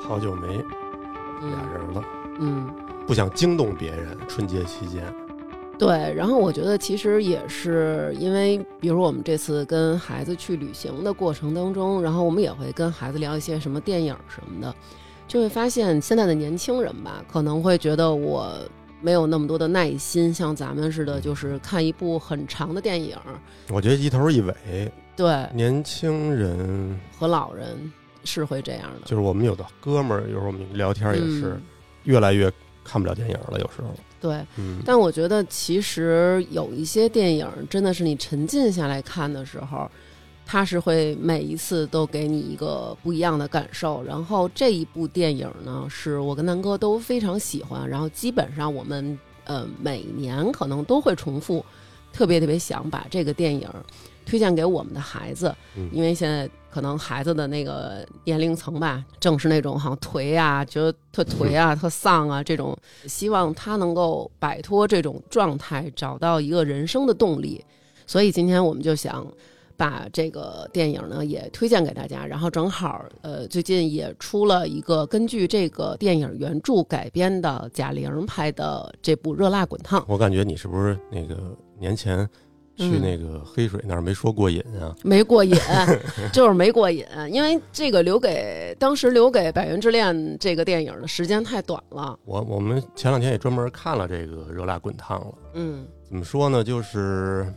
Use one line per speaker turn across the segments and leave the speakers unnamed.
好久没俩
嗯
人了，
嗯。
不想惊动别人。春节期间，
对，然后我觉得其实也是因为，比如我们这次跟孩子去旅行的过程当中，然后我们也会跟孩子聊一些什么电影什么的，就会发现现在的年轻人吧，可能会觉得我没有那么多的耐心，像咱们似
嗯
的，就是看一部很长的电影，
我觉得一头一尾，
对，
年轻人
和老人是会这样的，
就是我们有的哥们儿，有时候我们聊天也是
嗯
越来越看不了电影了，有时候，
对。
嗯，
但我觉得其实有一些电影真的是你沉浸下来看的时候，它是会每一次都给你一个不一样的感受。然后这一部电影呢，是我跟南哥都非常喜欢，然后基本上我们呃每年可能都会重复，特别特别想把这个电影推荐给我们的孩子，
嗯
因为现在。可能孩子的那个年龄层吧，正是那种好像颓啊，觉得特颓啊、特丧啊这种希望他能够摆脱这种状态，找到一个人生的动力。所以今天我们就想把这个电影呢也推荐给大家，然后正好呃最近也出了一个根据这个电影原著改编的贾玲拍的这部《热辣滚烫》，
我感觉你是不是那个年前去
嗯
那个黑水那儿没说过瘾啊？
没过瘾， 就是没过瘾，因为这个留给当时留给《百元之恋》这个电影的时间太短了，
我我们前两天也专门看了这个《热辣滚烫》了。
嗯
怎么说呢，就是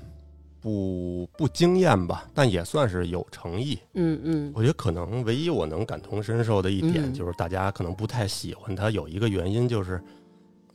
不不惊艳吧，但也算是有诚意。
嗯嗯
我觉得可能唯一我能感同身受的一点，
嗯
就是大家可能不太喜欢它，有一个原因就是，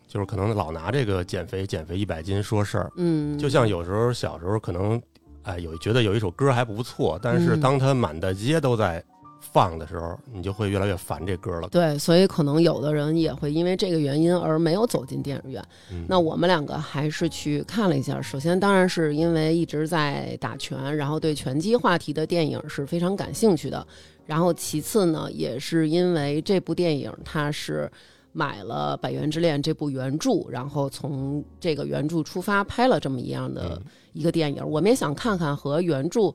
就是可能老拿这个减肥减肥一百斤说事儿，
嗯，
就像有时候小时候可能，哎，有觉得有一首歌还不错，但是
嗯
当它满大街都在放的时候，你就会越来越烦这歌了。
对，所以可能有的人也会因为这个原因而没有走进电影院。
嗯
那我们两个还是去看了一下。首先，当然是因为一直在打拳，然后对拳击话题的电影是非常感兴趣的。然后其次呢，也是因为这部电影它是买了《百元之恋》这部原著，然后从这个原著出发拍了这么一样的
嗯
一个电影。我们也想看看和原著。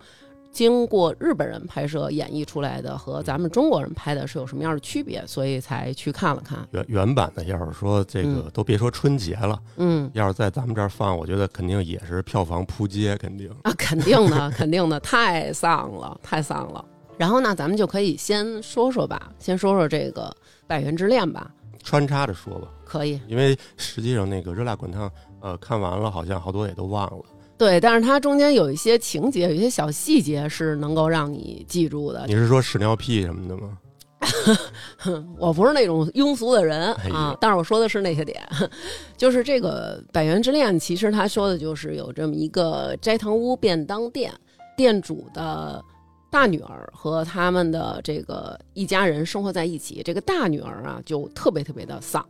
经过日本人拍摄演绎出来的和咱们中国人拍的是有什么样的区别，所以才去看了看。
原原版的，要是说这个
嗯
都别说春节了，
嗯，
要是在咱们这儿放，我觉得肯定也是票房扑街，肯定。
啊，肯定的，肯定的，太丧了，太丧了。然后呢，咱们就可以先说说吧，先说说这个《百元之恋》吧，
穿插着说吧，
可以。
因为实际上那个《热辣滚烫》，呃，看完了好像好多也都忘了。
对，但是它中间有一些情节，有一些小细节是能够让你记住的。
你是说屎尿屁什么的吗？
我不是那种庸俗的人
哎
啊
呦，
但是我说的是那些点， 就是这个《百元之恋》，其实他说的就是有这么一个斋藤屋便当店，店主的大女儿和他们的这个一家人生活在一起。这个大女儿啊，就特别特别的丧，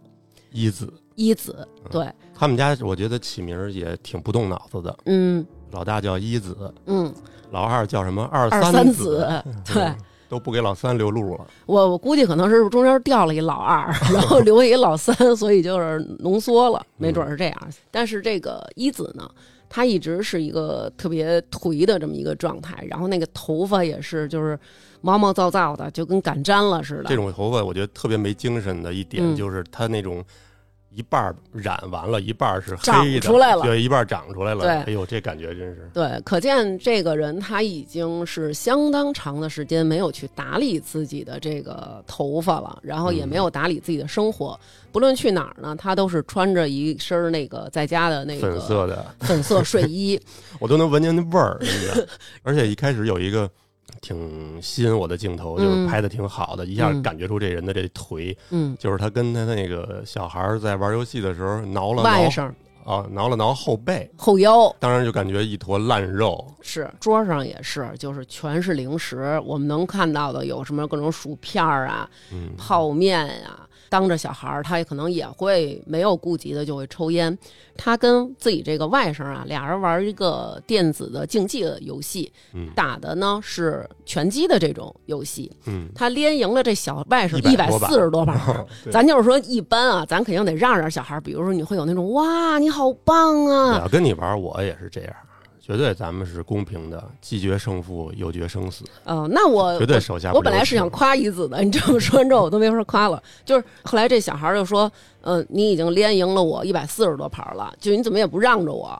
一子，
一子
嗯，
对，
他们家我觉得起名儿也挺不动脑子的。
嗯
老大叫一子，
嗯，
老二叫什么二
二
子，
三子， 对。
都不给老三留路了。
我我估计可能是中间掉了一老二， 然后留了一老三，所以就是浓缩了，没准是这
嗯
样。但是这个一子呢，他一直是一个特别颓的这么一个状态，然后那个头发也是就是毛毛躁躁的，就跟擀粘了似
这
的。
种头发我觉得特别没精神的一点，
嗯
就是他那种。一半儿染完了，一半儿是
长
黑的，
出来了
对，一半儿长出来了。
对
哎呦，这感觉真是。
对，可见这个人他已经是相当长的时间没有去打理自己的这个头发了，然后也
嗯
没有打理自己的生活。不论去哪儿呢，他都是穿着一身儿那个在家的那个
粉色的，
粉色睡衣，
我都能闻见那味儿，真的。 而且一开始有一个挺吸引我的镜头，就是
嗯
拍的挺好的，一下
嗯
感觉出这人的这颓，
嗯，
就是他跟他那个小孩儿在玩游戏的时候挠了
外
挠
甥、
啊，挠了挠后背，
后腰
当然就感觉一坨烂肉。
是桌上也是，就是全是零食，我们能看到的有什么各种薯片儿啊、
嗯，
泡面呀、当着小孩儿，他也可能也会没有顾及的就会抽烟。他跟自己这个外甥啊，俩人玩一个电子的竞技的游戏，
嗯
打的呢是拳击的这种游戏。
嗯，
他连赢了这小外甥一
100
百
多把
四十多把 儿，
对
咱就是说一般啊，咱肯定得让让小孩儿。比如说你会有那种哇，你好棒啊，
我要跟你玩，我也是这样，绝对咱们是公平的，既决胜负又决生死，
哦、那我
绝对手下不
我本来
留
是
情
想夸一子的，你这么 说完之后，我都没法夸了。就是后来这小孩儿就说：“嗯、你已经连赢了我一百四十多盘了，就你怎么也不让着我。”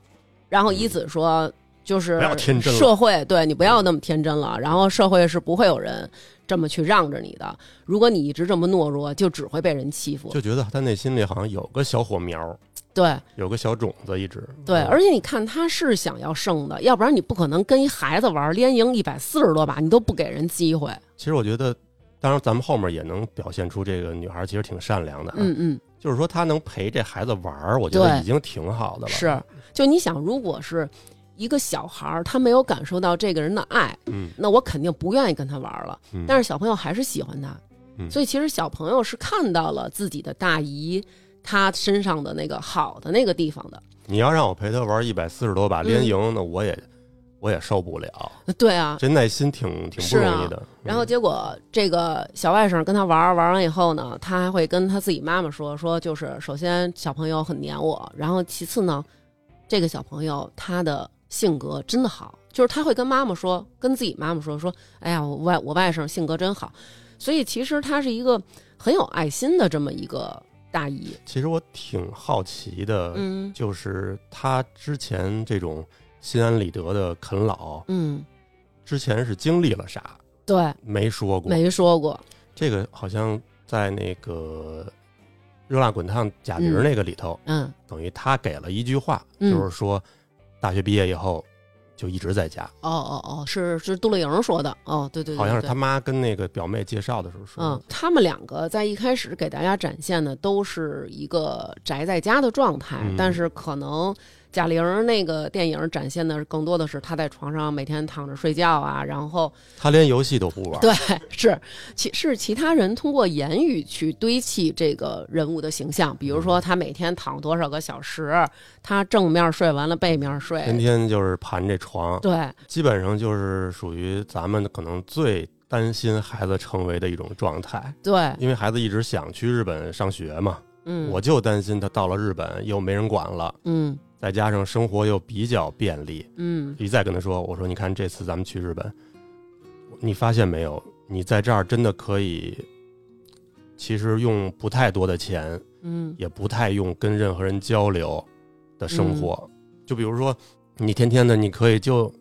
然后一子说：“就是
不要天真了
社会对你不要那么天真了。然后社会是不会有人这么去让着你的。如果你一直这么懦弱，就只会被人欺负。
就觉得他内心里好像有个小火苗，
对
有个小种子一直。
对，
嗯
而且你看他是想要胜的，要不然你不可能跟一孩子玩儿连赢一百四十多把，你都不给人机会。
其实我觉得，当然咱们后面也能表现出这个女孩其实挺善良的啊，
嗯嗯。”
就是说她能陪这孩子玩儿，我觉得
对
已经挺好的了。
是，就你想，如果是一个小孩儿，他没有感受到这个人的爱，
嗯，
那我肯定不愿意跟他玩儿了。
嗯
但是小朋友还是喜欢他，
嗯
所以其实小朋友是看到了自己的大姨他身上的那个好的那个地方的。
你要让我陪她玩一百四十多
嗯
把连赢，那我也我也受不了，
对啊，
这耐心挺挺不容易的。嗯
然后结果这个小外甥跟他玩儿玩儿完以后呢，他还会跟他自己妈妈说说，就是首先小朋友很黏我，然后其次呢，这个小朋友他的性格真的好，就是他会跟妈妈说，跟自己妈妈说说，哎呀，我外我外甥性格真好，所以其实他是一个很有爱心的这么一个大姨，
嗯其实我挺好奇的，
嗯
就是她之前这种心安理得的啃老，
嗯，
之前是经历了啥？
对，
没说过，
没说过，
这个好像在那个《热辣滚烫》贾玲那个里头，
嗯
等于她给了一句话，
嗯
就是说大学毕业以后就一直在家，
哦哦哦，是是杜丽莹说的，哦对对对，
好像是
对
她妈跟那个表妹介绍的时候说的。
嗯，他们两个在一开始给大家展现的都是一个宅在家的状态，
嗯
但是可能贾玲儿那个电影展现的更多的是她在床上每天躺着睡觉啊，然后
她连游戏都不玩，
对是其是其他人通过言语去堆砌这个人物的形象，比如
嗯
说她每天躺多少个小时，她正面睡完了背面
天
睡，
天就是盘这床，
哎对
基本上就是属于咱们可能最担心孩子成为的一种状态，
对，
因为孩子一直想去日本上学嘛，
嗯，
我就担心他到了日本又没人管了，
嗯
再加上生活又比较便利，
嗯
一再跟他说：“我说，你看这次咱们去日本，你发现没有？你在这儿真的可以，其实用不太多的钱，
嗯
也不太用跟任何人交流的生
嗯
活。就比如说，你天天的，你可以就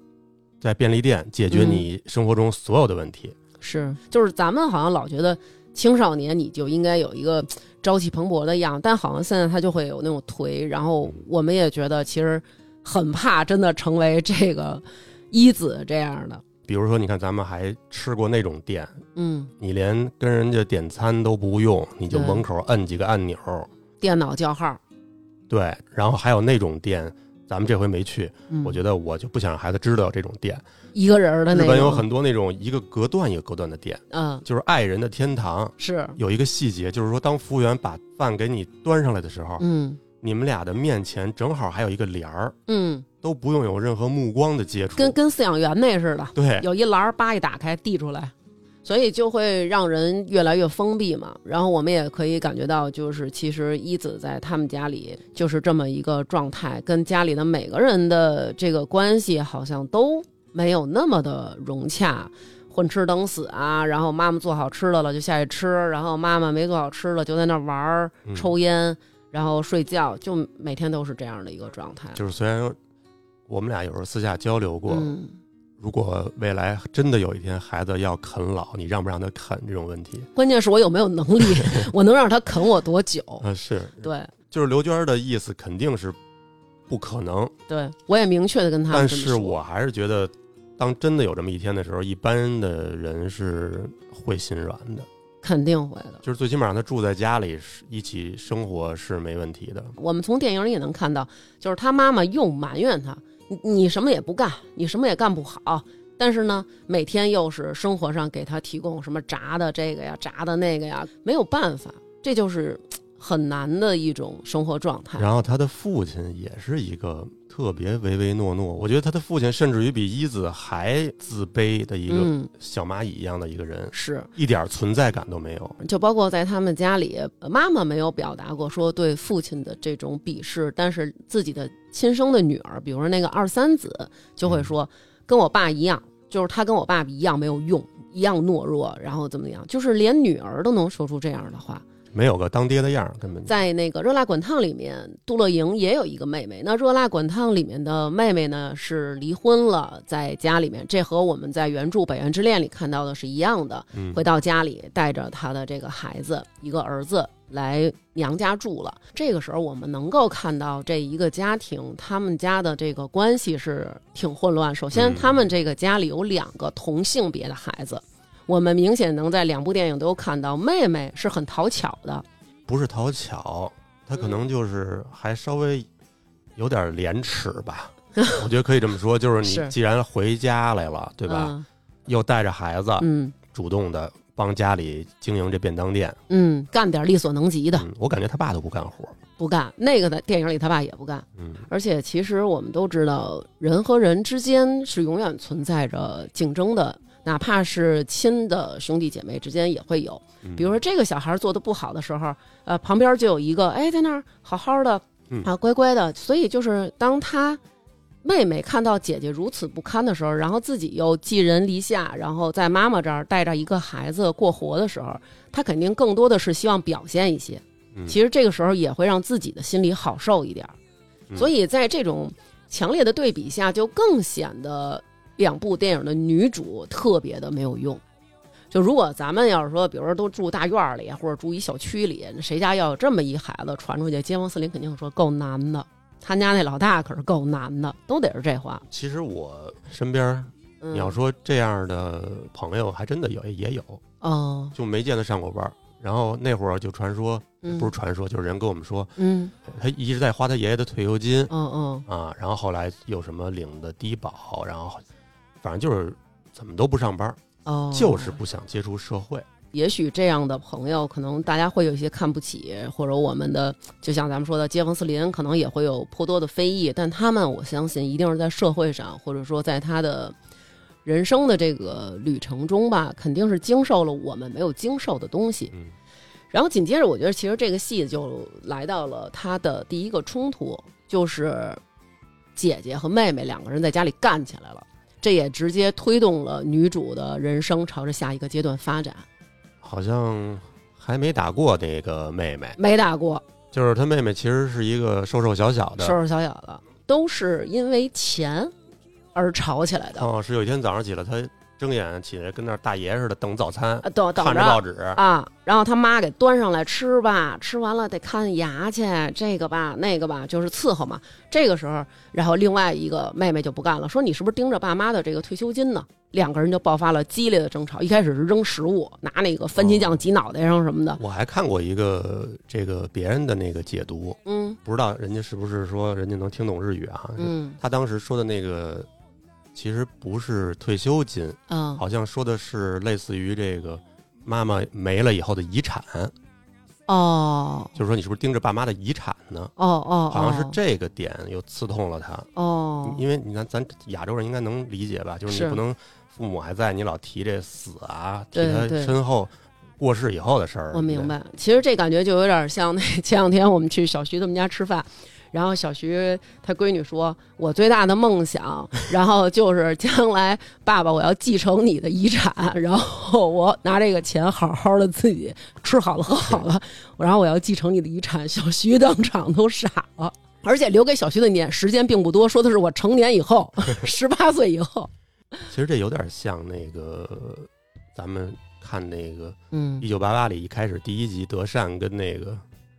在便利店解决
嗯
你生活中所有的问题。
是，就是咱们好像老觉得青少年你就应该有一个朝气蓬勃的样，但好像现在他就会有那种颓，然
嗯
后我们也觉得其实很怕真的成为这个一子这样的，
比如说，你看咱们还吃过那种店，
嗯，
你连跟人家点餐都不用，你就
对
门口摁几个按钮，
电脑叫号，
对。然后还有那种店，咱们这回没去，
嗯，
我觉
得
得我就不想让孩子知道这种店。
一个人儿的那
日
个，
本有很多那种一个隔断一个隔断的店，
嗯
就是爱人的天堂。
是，
有一个细节，就是说，当服务员把饭给你端上来的时候，
嗯
你们俩的面前正好还有一个帘儿，
嗯，
都不用有任何目光的接触。
跟跟饲养员那似的，
对，
有一栏儿叭一打开递出来，所以就会让人越来越封闭嘛。然后我们也可以感觉到，就是其实一子在他们家里就是这么一个状态，跟家里的每个人的这个关系好像都没有那么的融洽。混吃等死啊，然后妈妈做好吃的了就下去吃，然后妈妈没做好吃的就在那儿玩儿、
嗯
抽烟，然后睡觉，就每天都是这样的一个状态。
就是虽然我们俩有时候私下交流过，
嗯，
如果未来真的有一天孩子要啃老，你让不让他啃这种问题？
关键是我有没有能 力，我能让他啃我多久？
啊，是，
哦对，
就是刘娟儿的意思肯定是不可能，
对，我也明确的跟他们
但
啊这么
是
说
我还是觉得，当真的有这么一天的时候，一般的人是会心软的。
肯定会的。
就是最起码让他住在家里是一起生活是没问题的。
我们从电影里也能看到，就是他妈妈又埋怨他，你你什么也不干，你什么也干不好。但是呢，每天又是生活上给他提供什么炸的这个呀、炸的那个呀，没有办法，这就是很难的一种生活状态。
然后他的父亲也是一个特别唯唯诺诺，我觉得他的父亲甚至于比一子还自卑的一个
嗯，
小蚂蚁一样的一个人，
是，
一点存在感都没有。
就包括在他们家里，呃妈妈没有表达过说对父亲的这种鄙视，但是自己的亲生的女儿，比如说那个二三子，就会说、跟我爸一样，就是他跟我爸一样没有用，一样懦弱，然后怎么样，就是连女儿都能说出这样的话。
没有个当爹的样儿，根本就
在那个《热辣滚烫》里面，杜乐莹也有一个妹妹。那《热辣滚烫》里面的妹妹呢是离婚了，在家里面，这和我们在原著《北原之恋》里看到的是一样的。
嗯
回到家里，带着她的这个孩子，一个儿子来娘家住了。这个时候，我们能够看到这一个家庭，他们家的这个关系是挺混乱。首先，
嗯
他们这个家里有两个同性别的孩子。我们明显能在两部电影都看到，妹妹是很讨巧的，
不是讨巧，他可能就是还稍微有点廉耻 吧。我觉得可以这么说，就是
是
你既然回家来了，对吧？啊
嗯
又带着孩子，
嗯
主动的帮家里经营这便当店。
嗯，干点力所能及的，
嗯，我感觉他爸都不干活。
不干那个的电影里他爸也不干。
嗯，
而且其实我们都知道，人和人之间是永远存在着竞争的，哪怕是亲的兄弟姐妹之间也会有。
嗯
比如说这个小孩做的不好的时候，呃，旁边就有一个哎在那儿好好的
嗯
啊乖乖的，所以就是当他。妹妹看到姐姐如此不堪的时候，然后自己又寄人篱下，然后在妈妈这儿带着一个孩子过活的时候，她肯定更多的是希望表现一些。
嗯
其实这个时候也会让自己的心里好受一点儿。
嗯
所以在这种强烈的对比下，就更显得两部电影的女主特别的没有用。就如果咱们要是说，比如说都住大院儿里，或者住一小区里，谁家要有这么一孩子传出去，街坊四邻肯定说够难的。他家那老大可是够难的，都得是这话。
其实我身边，
嗯、
你要说这样的朋友，还真的有也有，
哦，
就没见他上过班儿。然后那会儿就传说，
嗯
不是传说，就是人跟我们说，
嗯
他一直在花他爷爷的退休金。
嗯嗯
啊，然后后来有什么领的低保，然后反正就是怎么都不上班儿，
哦，
就是不想接触社会。
也许这样的朋友，可能大家会有一些看不起，或者我们的，就像咱们说的街坊四邻，可能也会有颇多的非议。但他们，我相信一定是在社会上，或者说在他的人生的这个旅程中吧，肯定是经受了我们没有经受的东西。
嗯
然后紧接着，我觉得其实这个戏就来到了他的第一个冲突，就是姐姐和妹妹两个人在家里干起来了。这也直接推动了女主的人生朝着下一个阶段发展。
好像还没打过那个妹妹，
没打过，
就是他妹妹其实是一个瘦瘦小小
瘦
的。
瘦小小的，都是因为钱而吵起来的。
哦，是有一天早上起来，他睁眼起来跟那儿大爷似的等早餐，
啊，等等
看着报
着
纸，
啊，然后他妈给端上来吃吧，吃完了得看牙去，这个吧那个吧，就是伺候嘛。这个时候，然后另外一个妹妹就不干了，说你是不是盯着爸妈的这个退休金呢？两个人就爆发了激烈的争吵，一开始是扔食物，拿那个番茄酱挤脑袋上什么的。
我还看过一个这个别人的那个解读，
嗯
不知道人家是不是说人家能听懂日语啊？
嗯
他当时说的那个其实不是退休金，
嗯，
好像说的是类似于这个妈妈没了以后的遗产，
哦
就是说你是不是盯着爸妈的遗产呢？
哦哦，
好像是这个点又刺痛了他，
哦，
因为你看咱亚洲人应该能理解吧，就是
是
你不能父母还在，你老提这死啊，提
对
他
对
身后过世以后的事儿。
我明
对，
白，其实这感觉就有点像那前两天我们去小徐他们家吃饭，然后小徐他闺女说：“我最大的梦想，然后就是将来爸爸我要继承你的遗产，然后我拿这个钱好好的自己吃好了喝好了，然后我要继承你的遗产。”小徐当场都傻了。而且留给小徐的年时间并不多，说的是我成年以后，十八岁以后，
其实这有点像那个咱们看那个《
嗯
一九八八》里一开始第一集德善跟那个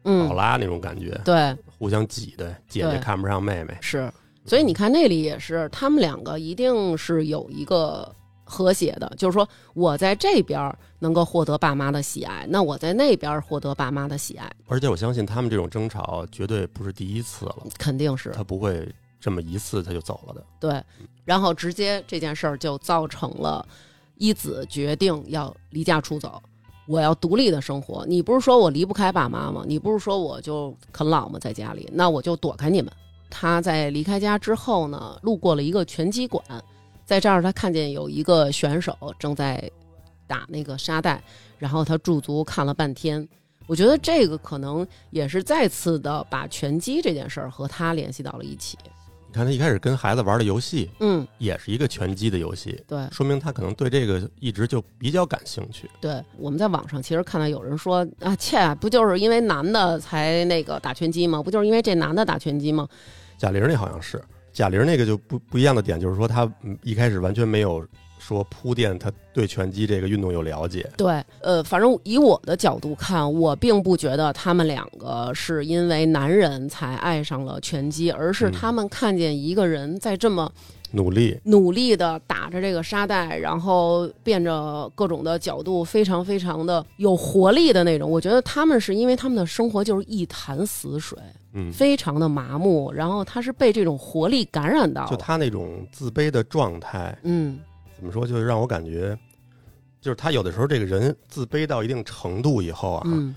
宝
嗯，
拉那种感觉，
对，
互相挤的，姐
对
姐看不上妹妹。
是，所以你看那里也是，他们两个一定是有一个和谐的，就是说我在这边儿能够获得爸妈的喜爱，那我在那边儿获得爸妈的喜爱，
而且我相信他们这种争吵绝对不是第一次了，
肯定是
他不会这么一次他就走了的。
对。然后直接这件事儿就造成了一子决定要离家出走。我要独立的生活。你不是说我离不开爸妈吗？你不是说我就啃老吗？在家里，那我就躲开你们。他在离开家之后呢，路过了一个拳击馆，在这儿他看见有一个选手正在打那个沙袋，然后他驻足看了半天。我觉得这个可能也是再次的把拳击这件事儿和他联系到了一起。
你看他一开始跟孩子玩的游戏
嗯，
也是一个拳击的游戏，
对。
说明他可能对这个一直就比较感兴趣。
对，我们在网上其实看到有人说啊，切，不就是因为男的才那个打拳击吗？不就是因为这男的打拳击吗？
贾玲那好像是贾玲那个就不不一样的点，就是说她嗯一开始完全没有说铺垫，她对拳击这个运动有了解。
对，呃，反正以我的角度看，我并不觉得他们两个是因为男人才爱上了拳击，而是
嗯
他们看见一个人在这么
努力，
努力的打着这个沙袋，然后变着各种的角度，非常非常的有活力的那种。我觉得他们是因为他们的生活就是一潭死水，
嗯，
非常的麻木，然后他是被这种活力感染到
就
了。
她那种自卑的状态，
嗯，
怎么说，就让我感觉，就是她有的时候这个人自卑到一定程度以后啊，
嗯，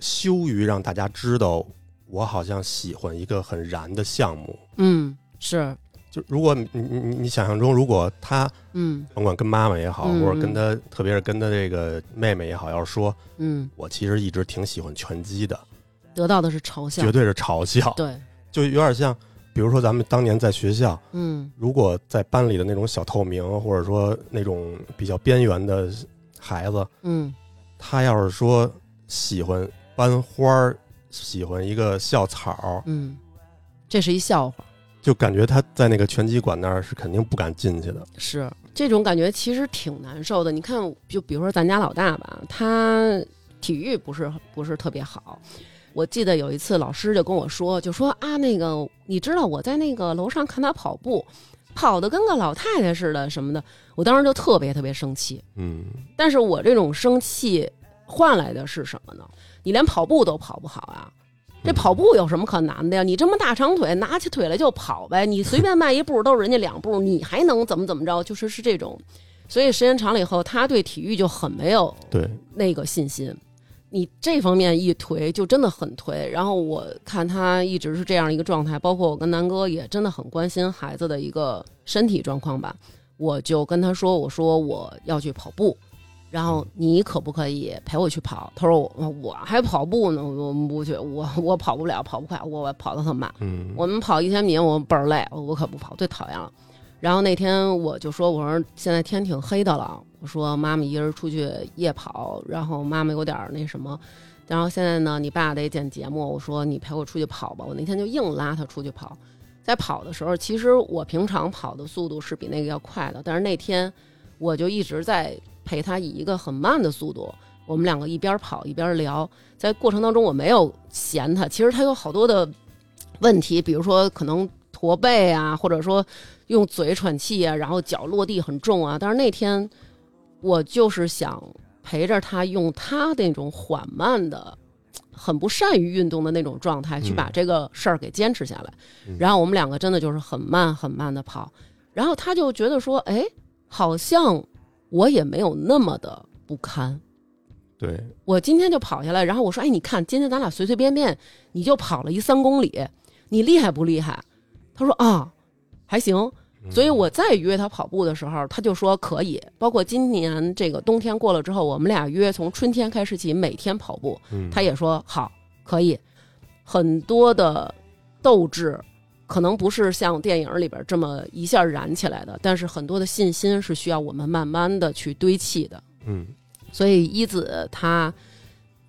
羞于让大家知道我好像喜欢一个很燃的项目。
嗯，是，
就如果你你你你想象中，如果她
嗯
甭管跟妈妈也好，
嗯
或者跟她，特别是跟她这个妹妹也好，要是说
嗯，
我其实一直挺喜欢拳击的，
得到的是嘲笑
绝。对是嘲笑，
对，
就有点像，比如说咱们当年在学校，
嗯
如果在班里的那种小透明，或者说那种比较边缘的孩子，
嗯
他要是说喜欢班花儿，喜欢一个校草，
嗯，这是一笑话。
就感觉他在那个拳击馆那儿是肯定不敢进去的。
是这种感觉，其实挺难受的。你看，就比如说咱家老大吧，他体育不是不是特别好。我记得有一次老师就跟我说，就说啊，那个你知道我在那个楼上看他跑步，跑得跟个老太太似的什么的，我当时就特别特别生气。
嗯，
但是我这种生气换来的是什么呢？你连跑步都跑不好啊！这跑步有什么可难的呀？你这么大长腿，拿起腿来就跑呗，你随便迈一步都是人家两步，你还能怎么怎么着？就是是这种，所以时间长了以后，他对体育就很没有
对，
那个信心。你这方面一颓，就真的很颓。然后我看他一直是这样一个状态，包括我跟南哥也真的很关心孩子的一个身体状况吧。我就跟他说：“我说我要去跑步，然后你可不可以陪我去跑？”他说：“我我还跑步呢，我我不去，我 我跑不了，跑不快，我我跑得很慢。”
嗯，
我们跑一千米，我倍儿累，我可不跑，最讨厌了。然后那天我就说，我说现在天挺黑的了，我说妈妈一个人出去夜跑，然后妈妈有点儿那什么，然后现在呢，你爸得剪节目，我说你陪我出去跑吧，我那天就硬拉他出去跑。在跑的时候，其实我平常跑的速度是比那个要快的，但是那天我就一直在陪他以一个很慢的速度，我们两个一边跑一边聊，在过程当中我没有嫌他，其实他有好多的问题，比如说可能驼背啊，或者说用嘴喘气啊，然后脚落地很重啊。但是那天我就是想陪着他，用他那种缓慢的、很不善于运动的那种状态，去
嗯
把这个事儿给坚持下来。
嗯
然后我们两个真的就是很慢很慢的跑，然后他就觉得说，哎，好像我也没有那么的不堪。
对，
我今天就跑下来，然后我说，哎，你看，今天咱俩随随便便你就跑了一三公里，你厉害不厉害？他说啊，还行。
嗯
所以我再约他跑步的时候，他就说可以。包括今年这个冬天过了之后，我们俩约从春天开始起每天跑步，
嗯
他也说好，可以。很多的斗志，可能不是像电影里边这么一下燃起来的，但是很多的信心是需要我们慢慢的去堆砌的。
嗯，
所以一子他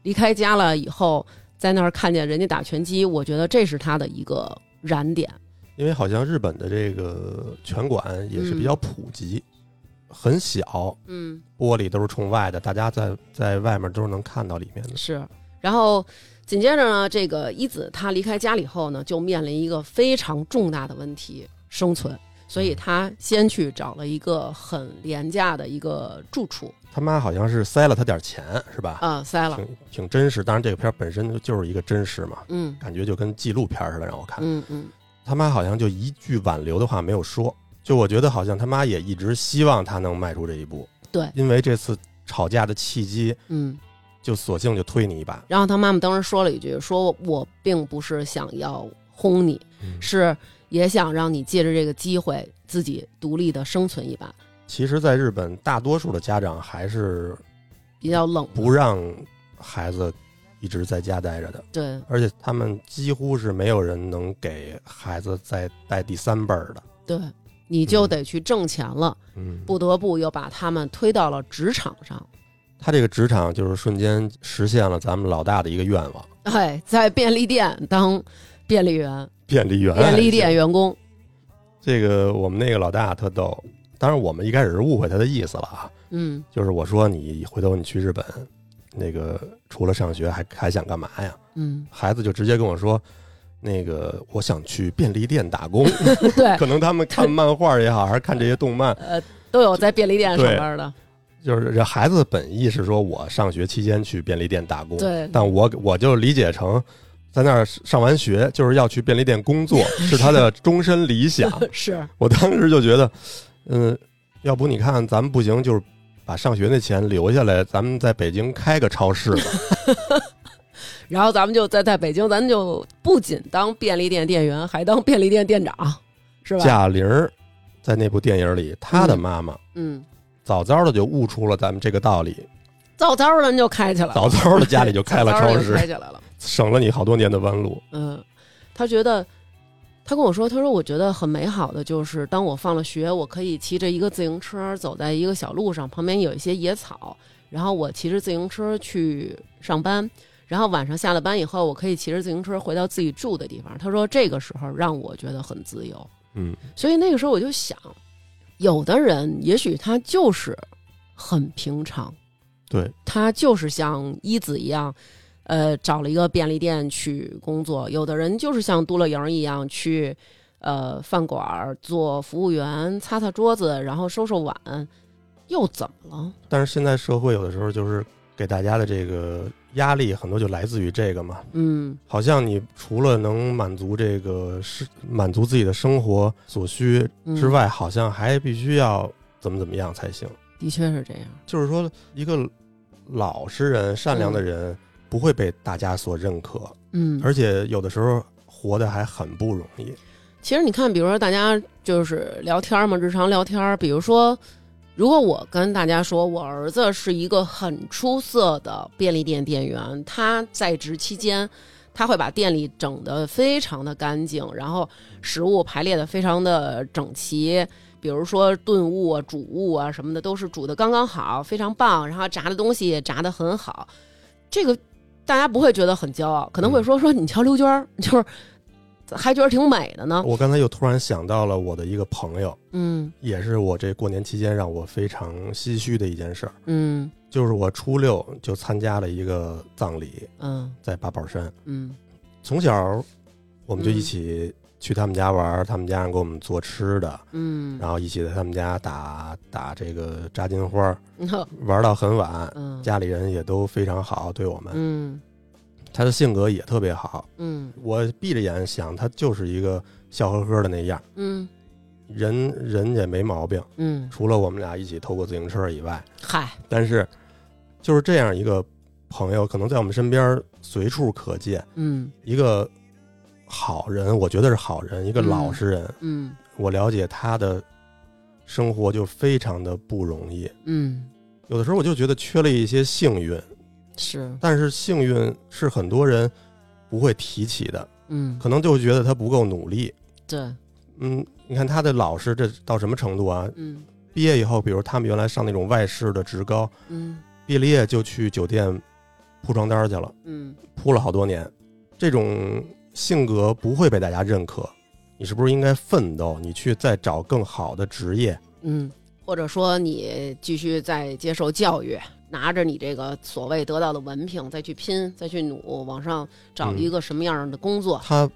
离开家了以后，在那儿看见人家打拳击，我觉得这是他的一个燃点。
因为好像日本的这个拳馆也是比较普及，很小，
嗯，
玻璃都是冲外的，大家在在外面都是能看到里面的。
是。然后紧接着呢，这个一子他离开家了以后呢，就面临一个非常重大的问题——生存。所
嗯
以他先去找了一个很廉价的一个住处，
他妈好像是塞了他点钱，是吧？
啊、塞了，
挺挺真实，当然这个片儿本身就就是一个真实嘛，
嗯
感觉就跟纪录片儿似的，让我看。
嗯嗯，
他妈好像就一句挽留的话没有说，就我觉得好像他妈也一直希望他能迈出这一步，
对
因为这次吵架的契机，
嗯，
就索性就推你一把。
然后他妈妈当时说了一句：“说我并不是想要轰你，是也想让你借着这个机会自己独立的生存一把。
其实，在日本，大多数的家长还是”
比较冷，
不让孩子一直在家待着的，
对
而且他们几乎是没有人能给孩子再带第三辈儿的。
对，你就得去挣钱了，
嗯，
不得不又把他们推到了职场上。
他这个职场就是瞬间实现了咱们老大的一个愿望，
哎，在便利店当便利员、
便利员。
便利店员工，
这个我们那个老大特逗，当然我们一开始是误会他的意思了啊，
嗯
就是我说你回头你去日本，那个除了上学还还想干嘛呀？
嗯，
孩子就直接跟我说，那个我想去便利店打 工。
对，
可能他们看漫画也好，还是看这些动漫，
呃，都有在便利店上
对
班的，
就是这孩子的本意是说我上学期间去便利店打工，
对
但我我就理解成。在那儿上完学，就是要去便利店工 作，是他的终身理想。
是，
我当时就觉得，嗯，要不你看咱们不行，就是把上学那钱留下来，咱们在北京开个超市吧。
然后咱们就在在北京，咱就不仅当便利店店员，还当便利店店长，是吧？
贾玲儿在那部电影里，她的妈妈
嗯，
早早的就悟出了咱们这个道理，
早早的就开起来了，
早早的家里就开了
早早
超
地就开
市，
起来了。
省了你好多年的弯路。
嗯，他觉得，他跟我说，他说我觉得很美好的就是，当我放了学，我可以骑着一个自行车走在一个小路上，旁边有一些野草，然后我骑着自行车去上班，然后晚上下了班以后，我可以骑着自行车回到自己住的地方。他说这个时候让我觉得很自由，
嗯，
所以那个时候我就想，有的人也许他就是很平常，
对，
他就是像一子一样，呃，找了一个便利店去工作；有的人就是像杜乐莹一样去，呃，饭馆儿做服务员，擦擦桌子，然后收收碗，又怎么了？
但是现在社会有的时候就是给大家的这个压力很多就来自于这个嘛，
嗯，
好像你除了能满足这个是满足自己的生活所需
嗯
之，外，好像还必须要怎么怎么样才行。
的确是这样。
就是说，一个老实人、善良的人不会被大家所认可，
嗯，
而且有的时候活得还很不容易。
其实你看，比如说大家就是聊天嘛，日常聊天儿，比如说，如果我跟大家说我儿子是一个很出色的便利店店员，他在职期间。他会把店里整得非常的干净，然后食物排列的非常的整齐，比如说炖物啊、煮物啊什么的，都是煮的刚刚好，非常棒。然后炸的东西也炸得很好，这个大家不会觉得很骄傲，可能会说说你瞧刘娟儿， 就是还觉得挺美的呢。
我刚才又突然想到了我的一个朋友，
嗯
也是我这过年期间让我非常唏嘘的一件事儿，
嗯
就是我初六就参加了一个葬礼，
嗯
在八宝山。
嗯
从小我们就一起去他们家玩儿，他们家人给我们做吃的，
嗯，
然后一起在他们家打打这个炸金花儿，
后
玩到很晚。
嗯
家里人也都非常好，对我们，
嗯
他的性格也特别好。
嗯
我闭着眼想，他就是一个笑呵呵的那样，
嗯
人人也没毛病，
嗯，
除了我们俩一起偷过自行车以外。
嗨，
但是，就是这样一个朋友，可能在我们身边随处可见。
嗯
一个好人，我觉得是好人，一个
嗯
老实人。
嗯
我了解他的生活就非常的不容易，
嗯
有的时候我就觉得缺了一些幸运，
是
但是幸运是很多人不会提起的，
嗯
可能就觉得他不够努力。
对
嗯，你看他的老师这到什么程度啊？
嗯
毕业以后，比如他们原来上那种外事的职高，
嗯
毕了业就去酒店铺床单去了，
嗯
铺了好多年。这种性格不会被大家认可，你是不是应该奋斗？你去再找更好的职业？
嗯，或者说你继续再接受教育。拿着你这个所谓得到的文凭，再去拼，再去努，往上找一个什么样的工作？
他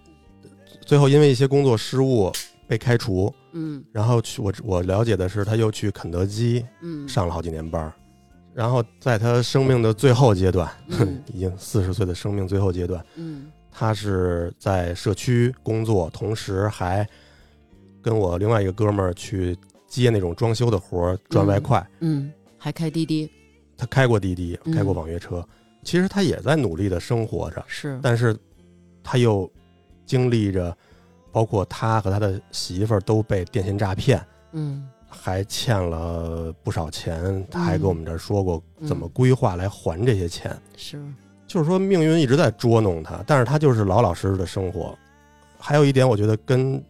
最后因为一些工作失误被开除，
嗯
然后去我我了解的是，他又去肯德基
嗯，
上了好几年班儿，然后在他生命的最后阶段，
嗯
已经四十岁的生命最后阶段，
嗯
他是在社区工作，同时还跟我另外一个哥们儿去接那种装修的活儿赚外快。
嗯，还开滴滴，
他开过滴滴，
嗯
开过网约车，其实他也在努力的生活着，
是，
但是他又经历着，包括他和他的媳妇儿都被电信诈骗，
嗯
还欠了不少钱，他还
嗯
跟我们这儿说过
嗯
怎么规划来还这些钱。
是，
就是说命运一直在捉弄他，但是他就是老老实实的生活。还有一点，我觉得跟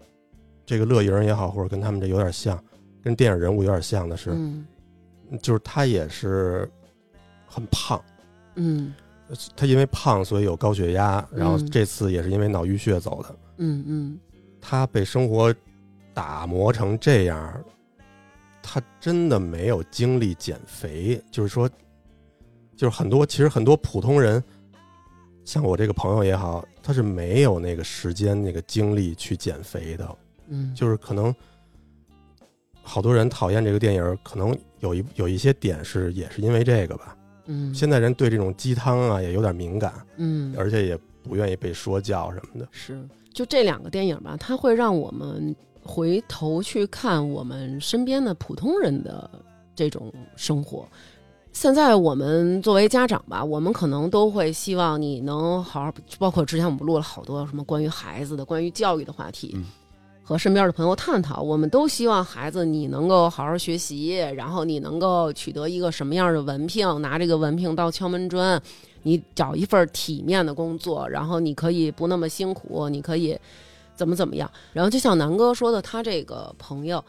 这个乐艺人也好，或者跟他们这有点像，跟电影人物有点像的是，
嗯
就是他也是很胖，
嗯
他因为胖所以有高血压，然后
嗯
这次也是因为脑淤血走的。
嗯嗯，
他被生活打磨成这样，他真的没有精力减肥。就是说，就是很多其实很多普通人，像我这个朋友也好，他是没有那个时间、那个精力去减肥的。
嗯，
就是可能好多人讨厌这个电影，可能有一有一些点是也是因为这个吧。
嗯，
现在人对这种鸡汤啊也有点敏感，
嗯，
而且也不愿意被说教什么的。
是，就这两个电影吧，它会让我们回头去看我们身边的普通人的这种生活。现在我们作为家长吧，我们可能都会希望你能好好，包括之前我们录了好多什么关于孩子的、关于教育的话题，
嗯
和身边的朋友探讨。我们都希望孩子你能够好好学习，然后你能够取得一个什么样的文凭，拿这个文凭到敲门砖，你找一份体面的工作，然后你可以不那么辛苦，你可以怎么怎么样。然后就像南哥说的，他这个朋友，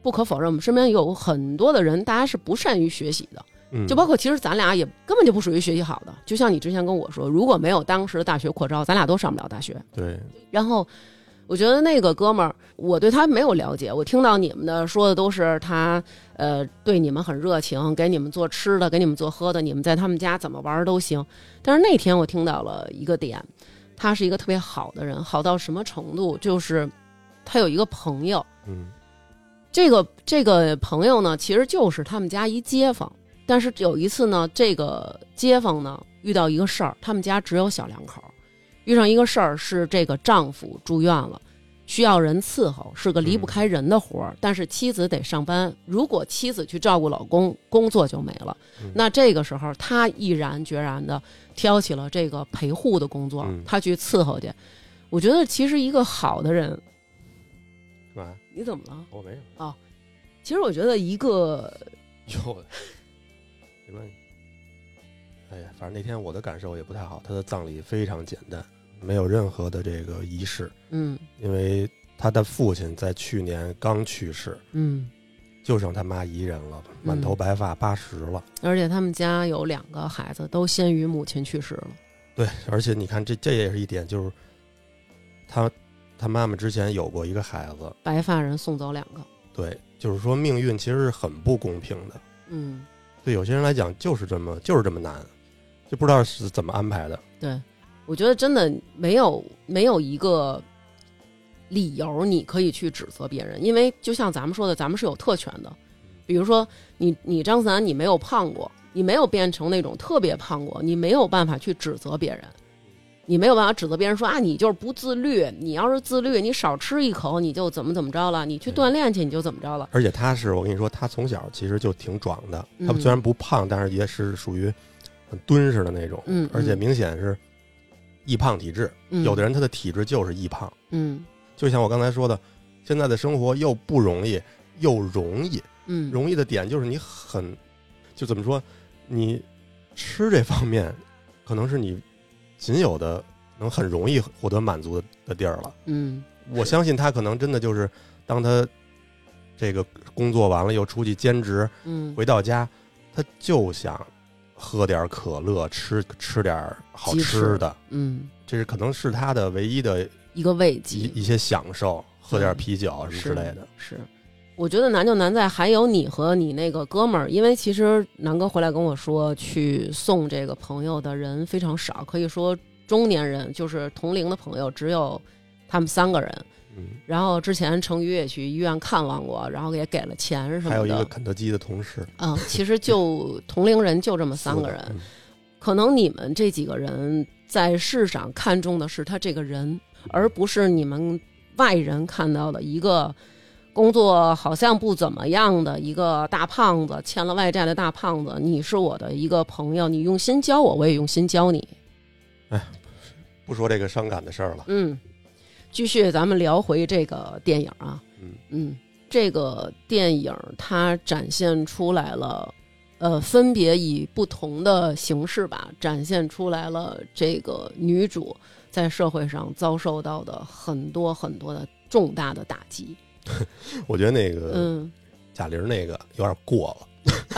不可否认，我们身边有很多的人，大家是不善于学习的，
嗯，
就包括其实咱俩也根本就不属于学习好的。就像你之前跟我说，如果没有当时的大学扩招，咱俩都上不了大学。
嗯对，
然后我觉得那个哥们儿，我对他没有了解，我听到你们的说的都是他，呃，对你们很热情，给你们做吃的，给你们做喝的，你们在他们家怎么玩儿都行。但是那天我听到了一个点，他是一个特别好的人，好到什么程度？就是他有一个朋友，
嗯
这个这个朋友呢，其实就是他们家一街坊。但是有一次呢，这个街坊呢遇到一个事儿，他们家只有小两口，遇上一个事儿是这个丈夫住院了，需要人伺候，是个离不开人的活
嗯
儿。但是妻子得上班，如果妻子去照顾老公，工作就没了。
嗯
那这个时候，他毅然决然的挑起了这个陪护的工作
嗯，
他去伺候去。我觉得其实一个好的人，
是吧？
你怎么了？
我没有。
其实我觉得一个
有的，没关系。哎呀，反正那天我的感受也不太好。他的葬礼非常简单，没有任何的这个仪式，
嗯。
因为他的父亲在去年刚去世，
嗯，
就剩他妈一人了，满头白发，八十了。
而且他们家有两个孩子都先于母亲去世了。
对，而且你看，这这也是一点，就是他他妈妈之前有过一个孩子，
白发人送走两个，
对，就是说命运其实是很不公平的。
嗯，
对有些人来讲，就是这么就是这么难，就不知道是怎么安排的。
对，我觉得真的没有没有一个理由你可以去指责别人，因为就像咱们说的，咱们是有特权的。比如说你你张三，你没有胖过，你没有变成那种特别胖过，你没有办法去指责别人。你没有办法指责别人说啊，你就是不自律。你要是自律，你少吃一口，你就怎么怎么着了。你去
对
锻炼去，你就怎么着了。
而且他是我跟你说，他从小其实就挺壮的。
嗯
他虽然不胖，但是也是属于很敦实的那种。
嗯嗯
而且明显是易胖体质。
嗯，
有的人他的体质就是易胖，
嗯，
就像我刚才说的，现在的生活又不容易又容易，
嗯
容易的点就是你很，就怎么说，你吃这方面可能是你仅有的能很容易获得满足的的地儿了。
嗯
我相信他可能真的就是当他这个工作完了又出去兼职，
嗯，
回到家他就想喝点可乐，吃吃点好吃的，
嗯
这是可能是他的唯一的
一个慰藉
一一些享受，喝点啤酒什么
嗯是
之类的。
是。我觉得难就难在还有你和你那个哥们儿，因为其实南哥回来跟我说，去送这个朋友的人非常少，可以说中年人就是同龄的朋友只有他们三个人。
嗯，
然后之前成宇也去医院看望过，然后也给了钱什么的。
还有一个肯德基的同事，
嗯，其实就同龄人就这么三个人，
嗯
可能你们这几个人在世上看重的是他这个人，而不是你们外人看到的一个工作好像不怎么样的一个大胖子，欠了外债的大胖子，你是我的一个朋友，你用心教我，我也用心教你。
不说这个伤感的事儿了，
嗯，继续咱们聊回这个电影啊，
嗯
这个电影它展现出来了，呃，分别以不同的形式吧，展现出来了这个女主在社会上遭受到的很多很多的重大的打击。
我觉得那个
嗯，
贾玲那个有点过了，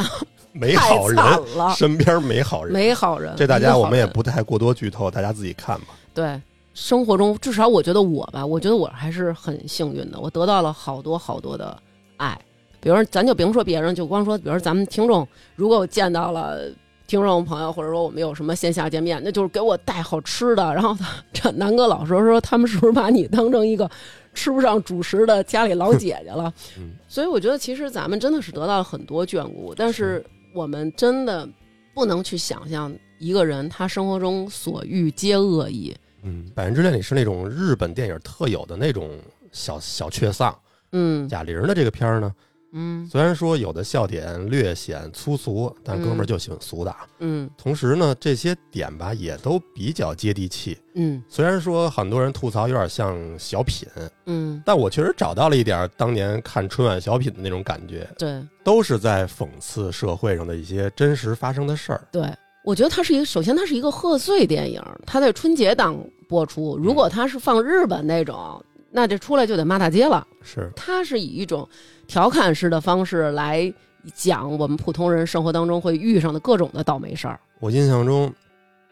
没
太
好人，
惨了，
身边没好人，
没好人，
这大
一
家
个好
我们也
人
不太过多剧透，大家自己看吧。
对，生活中至少我觉得我吧，我觉得我还是很幸运的，我得到了好多好多的爱。比如说，咱就甭说别人，就光说，比如说咱们听众，如果我见到了听众朋友，或者说我们有什么线下见面，那就是给我带好吃的。然后他 这南哥老说说他们是不是把你当成一个吃不上主食的家里老姐姐了？
嗯
所以我觉得其实咱们真的是得到了很多眷顾，但是我们真的不能去想象一个人他生活中所遇皆恶意。
嗯，《百元之恋》里是那种日本电影特有的那种小小确丧。
嗯
贾玲的这个片儿呢，
嗯
虽然说有的笑点略显粗俗，但哥们儿就喜欢俗的啊。
嗯
同时呢，这些点吧也都比较接地气。
嗯
虽然说很多人吐槽有点像小品，
嗯，
但我确实找到了一点儿当年看春晚小品的那种感觉，
对
都是在讽刺社会上的一些真实发生的事儿。
对，我觉得它是一个，首先它是一个贺岁电影，它在春节档播出。如果它是放日本那种，那这出来就得骂大街了。
是，
它是以一种调侃式的方式来讲我们普通人生活当中会遇上的各种的倒霉事儿。
我印象中，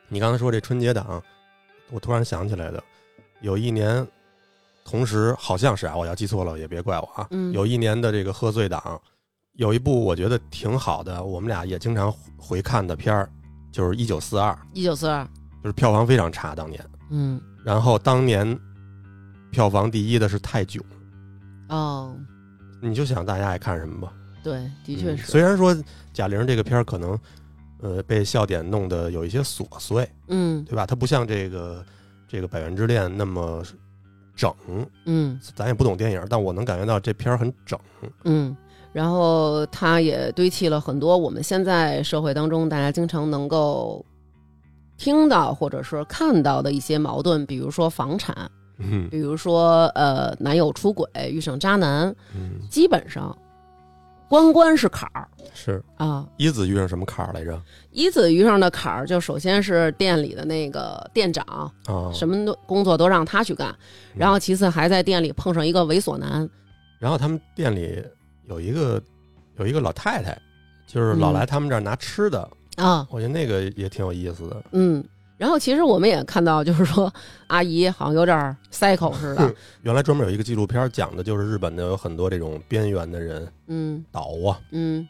你刚才说这春节档，我突然想起来的，有一年，同时好像是啊，我要记错了也别怪我啊。
嗯
有一年的这个贺岁档，有一部我觉得挺好的，我们俩也经常回看的片儿，就是《一九四二》，
一九四二，
就是票房非常差当年。
嗯
然后当年票房第一的是《泰囧》，
哦，
你就想大家爱看什么吧。
对，的
嗯
确是，
虽然说贾玲这个片儿可能，呃，被笑点弄得有一些琐碎。
嗯
对吧？它不像这个这个《百元之恋》那么整，
嗯
咱也不懂电影，但我能感觉到这片儿很整。
嗯，然后他也堆砌了很多我们现在社会当中大家经常能够听到或者是看到的一些矛盾，比如说房产，
嗯
比如说呃男友出轨遇上渣男，
嗯，
基本上关关是坎儿
是
啊。
一子遇上什么坎儿来着？
一子遇上的坎儿，就首先是店里的那个店长，
啊，
什么都工作都让他去干，然后其次还在店里碰上一个猥琐男，
然后他们店里有一个有一个老太太，就是
嗯
老来他们这儿拿吃的，
啊，
我觉得那个也挺有意思的。
嗯，然后其实我们也看到，就是说阿姨好像有点儿 psycho 似的，
原来专门有一个纪录片儿讲的就是日本的有很多这种边缘的人
嗯
倒啊，
嗯，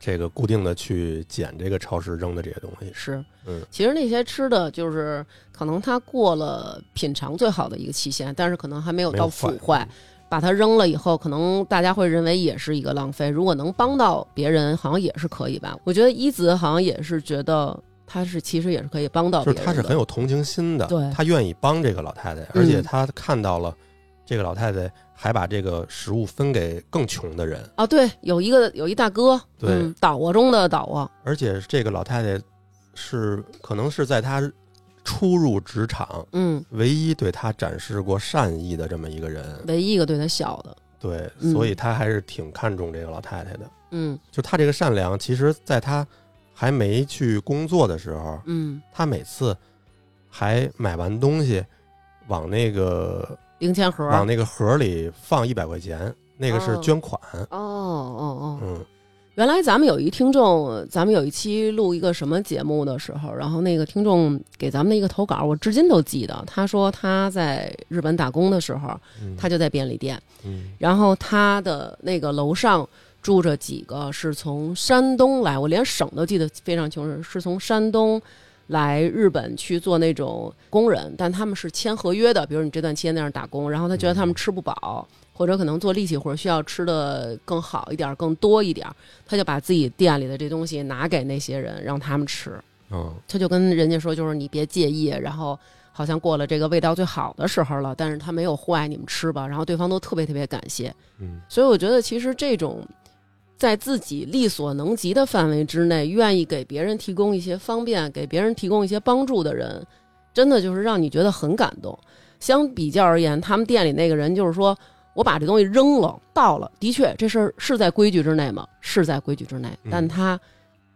这个固定的去捡这个超市扔的这些东西。
是，
嗯
其实那些吃的就是可能它过了品尝最好的一个期限，但是可能还没有
没
到
有
腐
坏
坏。把它扔了以后，可能大家会认为也是一个浪费。如果能帮到别人，好像也是可以吧。我觉得一子好像也是觉得他是其实也是可以帮到
就
别
是
人
他
的，
是很有同情心的，
对嗯
他愿意帮这个老太太，而且他看到了这个老太太还把这个食物分给更穷的人，
啊，对，有一个有一大哥，
对
嗯，倒窝中的倒窝，
而且这个老太太是可能是在她初入职场
嗯，
唯一对她展示过善意的这么一个人，
唯一一个对他笑的，
对，
嗯
所以她还是挺看重这个老太太的。
嗯
就她这个善良，其实在她还没去工作的时候，
嗯，
她每次还买完东西往那个
零钱盒，
往那个盒里放一百块钱，那个是捐款。
哦哦哦！
嗯，
原来咱们有一听众，咱们有一期录一个什么节目的时候，然后那个听众给咱们的一个投稿，我至今都记得。他说他在日本打工的时候，他就在便利店，
嗯
然后他的那个楼上住着几个是从山东来，我连省都记得非常清楚，是从山东。来日本去做那种工人，但他们是签合约的，比如你这段期间在那儿打工，然后他觉得他们吃不饱，或者可能做力气活需要吃的更好一点、更多一点，他就把自己店里的这东西拿给那些人，让他们吃。
嗯
他就跟人家说，就是你别介意，然后好像过了这个味道最好的时候了，但是它没有坏，你们吃吧。然后对方都特别特别感谢，
嗯，
所以我觉得其实这种在自己力所能及的范围之内，愿意给别人提供一些方便，给别人提供一些帮助的人，真的就是让你觉得很感动。相比较而言，他们店里那个人就是说我把这东西扔了，倒了，的确这事儿是在规矩之内吗？是在规矩之内，
嗯
但他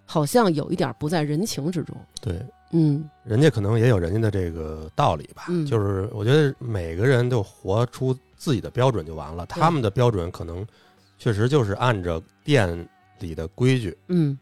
好像有一点不在人情之中。
对，
嗯
人家可能也有人家的这个道理吧，
嗯
就是我觉得每个人都活出自己的标准就完了，他们的标准可能确实就是按着店里的规矩
嗯，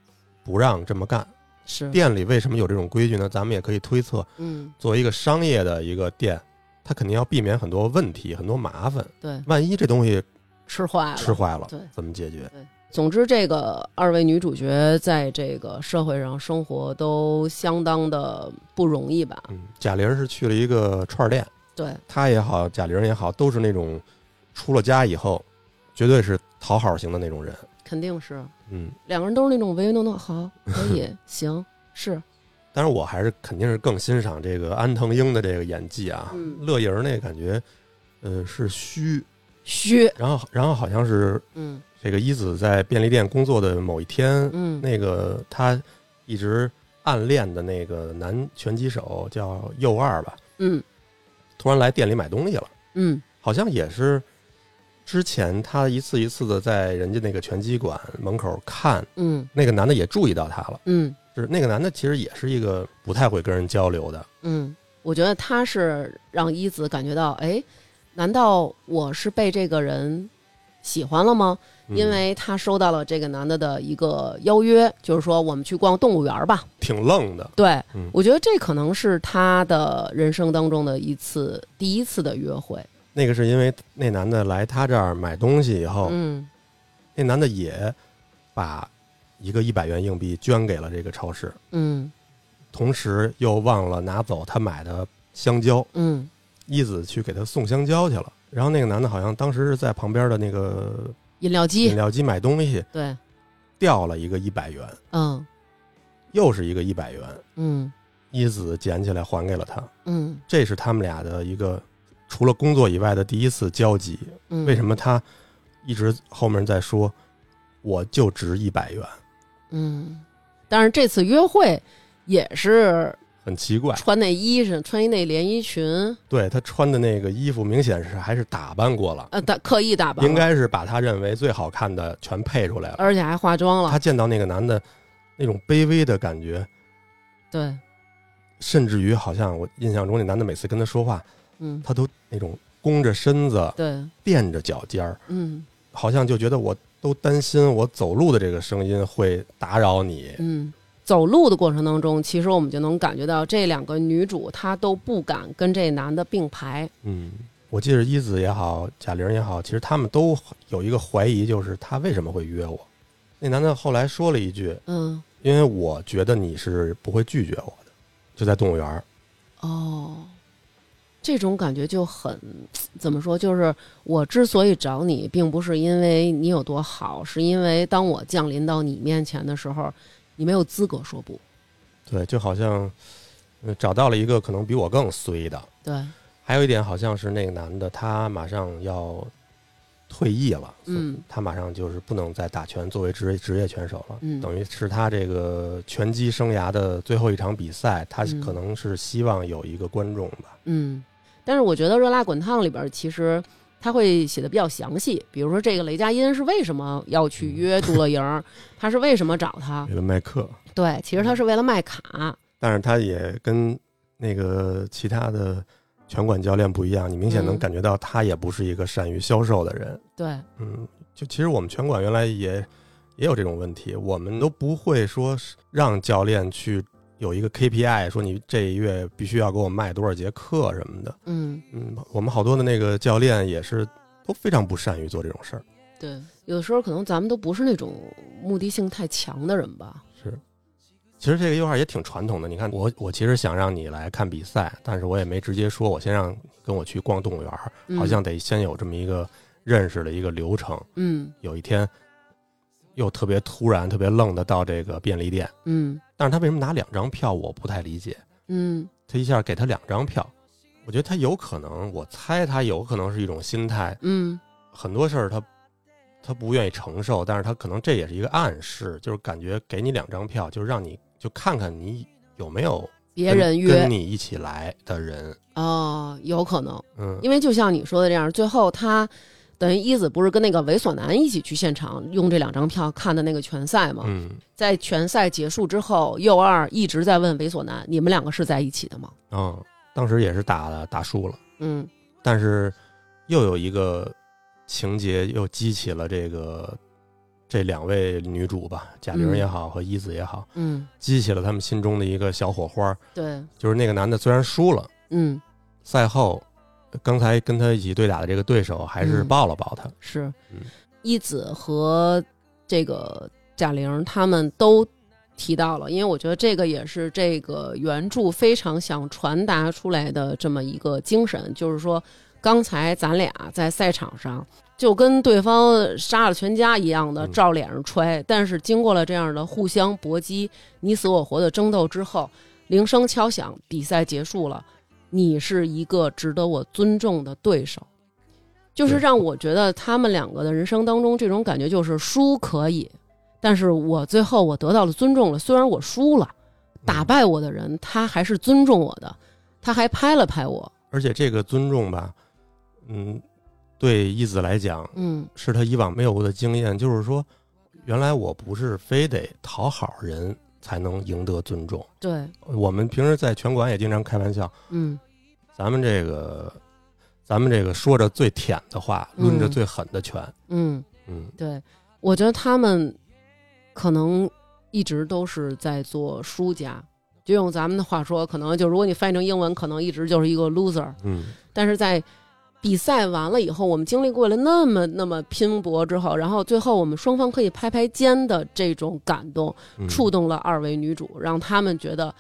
不让这么干。
是，
店里为什么有这种规矩呢？咱们也可以推测，
嗯
作为一个商业的一个店，它肯定要避免很多问题、很多麻烦。
对，
万一这东西
吃坏了，
吃坏了，
对。
怎么解决？
总之，这个二位女主角在这个社会上生活都相当的不容易吧？
嗯，贾玲是去了一个串儿店，
对，
她也好，贾玲也好，都是那种出了家以后，绝对是讨好型的那种人。
肯定是
嗯，
两个人都是那种唯唯诺诺，好，可 以，行，是，
但是我还是肯定是更欣赏这个安藤英的这个演技啊。
嗯
乐莹儿那感觉，呃，是虚，
虚，
然后然后好像是
嗯
这个一子在便利店工作的某一天，
嗯，
那个她一直暗恋的那个男拳击手叫右二吧，
嗯
突然来店里买东西了，
嗯
好像也是之前她一次一次的在人家那个拳击馆门口看，
嗯
那个男的也注意到她了，
嗯
就是那个男的其实也是一个不太会跟人交流的，
嗯，我觉得他是让一子感觉到，哎，难道我是被这个人喜欢了吗？
嗯
因为他收到了这个男的的一个邀约，就是说我们去逛动物园吧。
挺愣的，
对，
嗯
我觉得这可能是他的人生当中的一次第一次的约会。
那个是因为那男的来他这儿买东西以后，
嗯
那男的也把一个一百元硬币捐给了这个超市，
嗯
同时又忘了拿走他买的香蕉，
嗯
一子去给他送香蕉去了。然后那个男的好像当时是在旁边的那个
饮料
饮
机，
料机买东西，
对，
掉了一个一百元，
嗯
又是一个一百元，
嗯
一子捡起来还给了他。
嗯
这是他们俩的一个除了工作以外的第一次交集。
嗯，
为什？么他一直后面在说，我就值一百元，
嗯，但是这次约会也是
很奇怪。
穿内衣是穿一那连衣裙，
对他穿的那个衣服，明显是还是打扮过了，
呃，打刻意打扮，
应，该是把他认为最好看的全配出来了。
而且还化妆了
他，见到那个男的，那种卑微的感觉，
对，
甚至于好像我印象中那男的每次跟他说话，
嗯
他都那种弓着身子，
对，
垫着脚尖儿，
嗯
好像就觉得我都担心我走路的这个声音会打扰你。
嗯。走路的过程当中，其实我们就能感觉到这两个女主她都不敢跟这男的并排，
嗯，我记得一子也好，贾玲也好，其实他们都有一个怀疑，就是他为什么会约我。那男的后来说了一句，
嗯，
因为我觉得你是不会拒绝我的，就在动物园儿。
哦，这种感觉就很怎么说？就是我之所以找你，并不是因为你有多好，是因为当我降临到你面前的时候，你没有资格说不。
对，就好像呃找到了一个可能比我更衰的。
对，
还有一点，好像是那个男的他马上要退役了，
嗯，
他马上就是不能再打拳作为职业职业拳手了，
嗯
等于是他这个拳击生涯的最后一场比赛，他
嗯
可能是希望有一个观众吧。
嗯。但是我觉得《热辣滚烫》里边其实他会写的比较详细，比如说这个雷佳音是为什么要去约杜乐莹儿， 他是为什么找他？
为了麦克，
对，其实他是为了卖卡。
但是他也跟那个其他的拳馆教练不一样，你明显能
嗯
感觉到他也不是一个善于销售的人。
对，
嗯，就其实我们拳馆原来也也有这种问题，我们都不会说是让教练去有一个 KPI，说你这一月必须要给我卖多少节课什么的。
嗯，
嗯，我们好多的那个教练也是都非常不善于做这种事儿。
对，有的时候可能咱们都不是那种目的性太强的人吧。
是，其实这个优二也挺传统的。你看，我我其实想让你来看比赛，但是我也没直接说，我先让跟我去逛动物园儿，
嗯
好像得先有这么一个认识的一个流程。
嗯
有一天，又特别突然、特别愣的到这个便利店，
嗯
但是他为什么拿两张票，我不太理解。
嗯
他一下给他两张票，我觉得他有可能，我猜他有可能是一种心态，
嗯
很多事儿他他不愿意承受，但是他可能这也是一个暗示，就是感觉给你两张票，就是让你就看看你有没有
别
跟
人约
跟你一起来的人，
哦，有可能，
嗯，
因为就像你说的这样，最后他等于一子不是跟那个猥琐男一起去现场用这两张票看的那个拳赛嘛？
嗯
在拳赛结束之后，右二一直在问猥琐男：“你们两个是在一起的吗
嗯，当时也是打了打输了，？”
嗯，
但是又有一个情节又激起了这个这两位女主吧，贾玲也好和一子也好，
嗯，
激起了他们心中的一个小火花，
对，
就是那个男的虽然输了，
嗯，
赛后刚才跟他一起对打的这个对手还是
嗯
抱了抱他。
是
嗯
一子和这个贾玲他们都提到了，因为我觉得这个也是这个原著非常想传达出来的这么一个精神，就是说刚才咱俩在赛场上。就跟对方杀了全家一样的
嗯
照脸上揣，但是经过了这样的互相搏击、你死我活的争斗之后，铃声敲响，比赛结束了。你是一个值得我尊重的对手，就是
对
让我觉得他们两个的人生当中，这种感觉就是输可以，但是我最后我得到了尊重了。虽然我输了，
嗯
打败我的人他还是尊重我的，他还拍了拍我。
而且这个尊重吧，嗯，对一子来讲
嗯
是他以往没有过的经验，就是说，原来我不是非得讨好人才能赢得尊重。
对，
我们平时在拳馆也经常开玩笑，
嗯
咱们这个，咱们这个说着最舔的话，
嗯
抡着最狠的拳，
嗯，
嗯
对，我觉得他们可能一直都是在做输家。就用咱们的话说，可能就如果你翻译成英文，可能一直就是一个 loser。
嗯
但是在比赛完了以后，我们经历过了那么那么拼搏之后，然后最后我们双方可以拍拍肩的这种感动，
嗯，
触动了二位女主，让她们觉得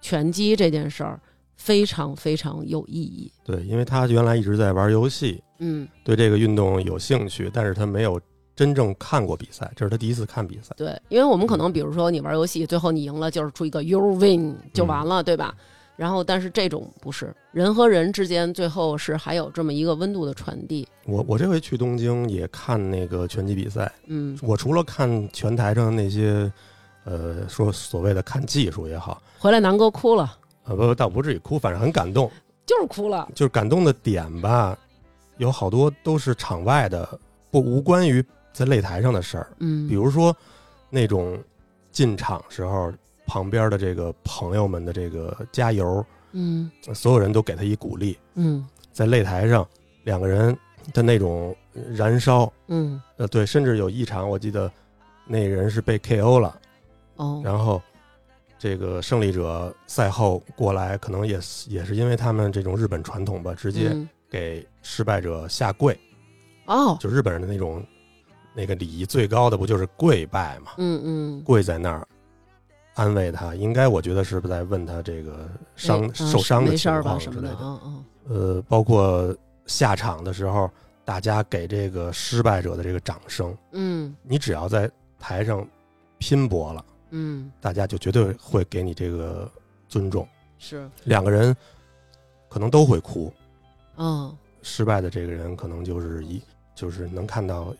拳击这件事儿非常非常有意义。
对，因为他原来一直在玩游戏，
嗯，
对这个运动有兴趣，但是他没有真正看过比赛，这是他第一次看比赛。
对，因为我们可
嗯
能比如说你玩游戏，最后你赢了就是出一个 “you win” 就
嗯
完了，对吧？然后，但是这种不是人和人之间，最后是还有这么一个温度的传递。
我我这回去东京也看那个拳击比赛，
嗯，
我除了看拳台上那些，呃，说所谓的看技术也好，
回来南哥哭了，
呃，不，倒不至于哭，反正很感动。
就是哭了。
就是感动的点吧，有好多都是场外的，不无关于在擂台上的事儿。
嗯，
比如说那种进场时候旁边的这个朋友们的这个加油，
嗯
所有人都给他一鼓励。
嗯
在擂台上，两个人的那种燃烧，
嗯
呃，对，甚至有一场我记得那人是被 KO 了，
哦，
然后这个胜利者赛后过来，可能也是也是因为他们这种日本传统吧，直接
嗯、
给失败者下跪，
哦，
就日本人的那种那个礼仪最高的不就是跪拜嘛，
嗯嗯，
跪在那儿。安慰他，应该我觉得是不是在问他这个伤、
没嗯
受伤的
没事
情
儿吧
况
什
之
么
类
的，
的。
嗯嗯
呃，包括下场的时候，大家给这个失败者的这个掌声，
嗯
你只要在台上拼搏了，
嗯，
大家就绝对会给你这个尊重。
是，
两个人可能都会哭，
嗯
失败的这个人可能就是一就是能看到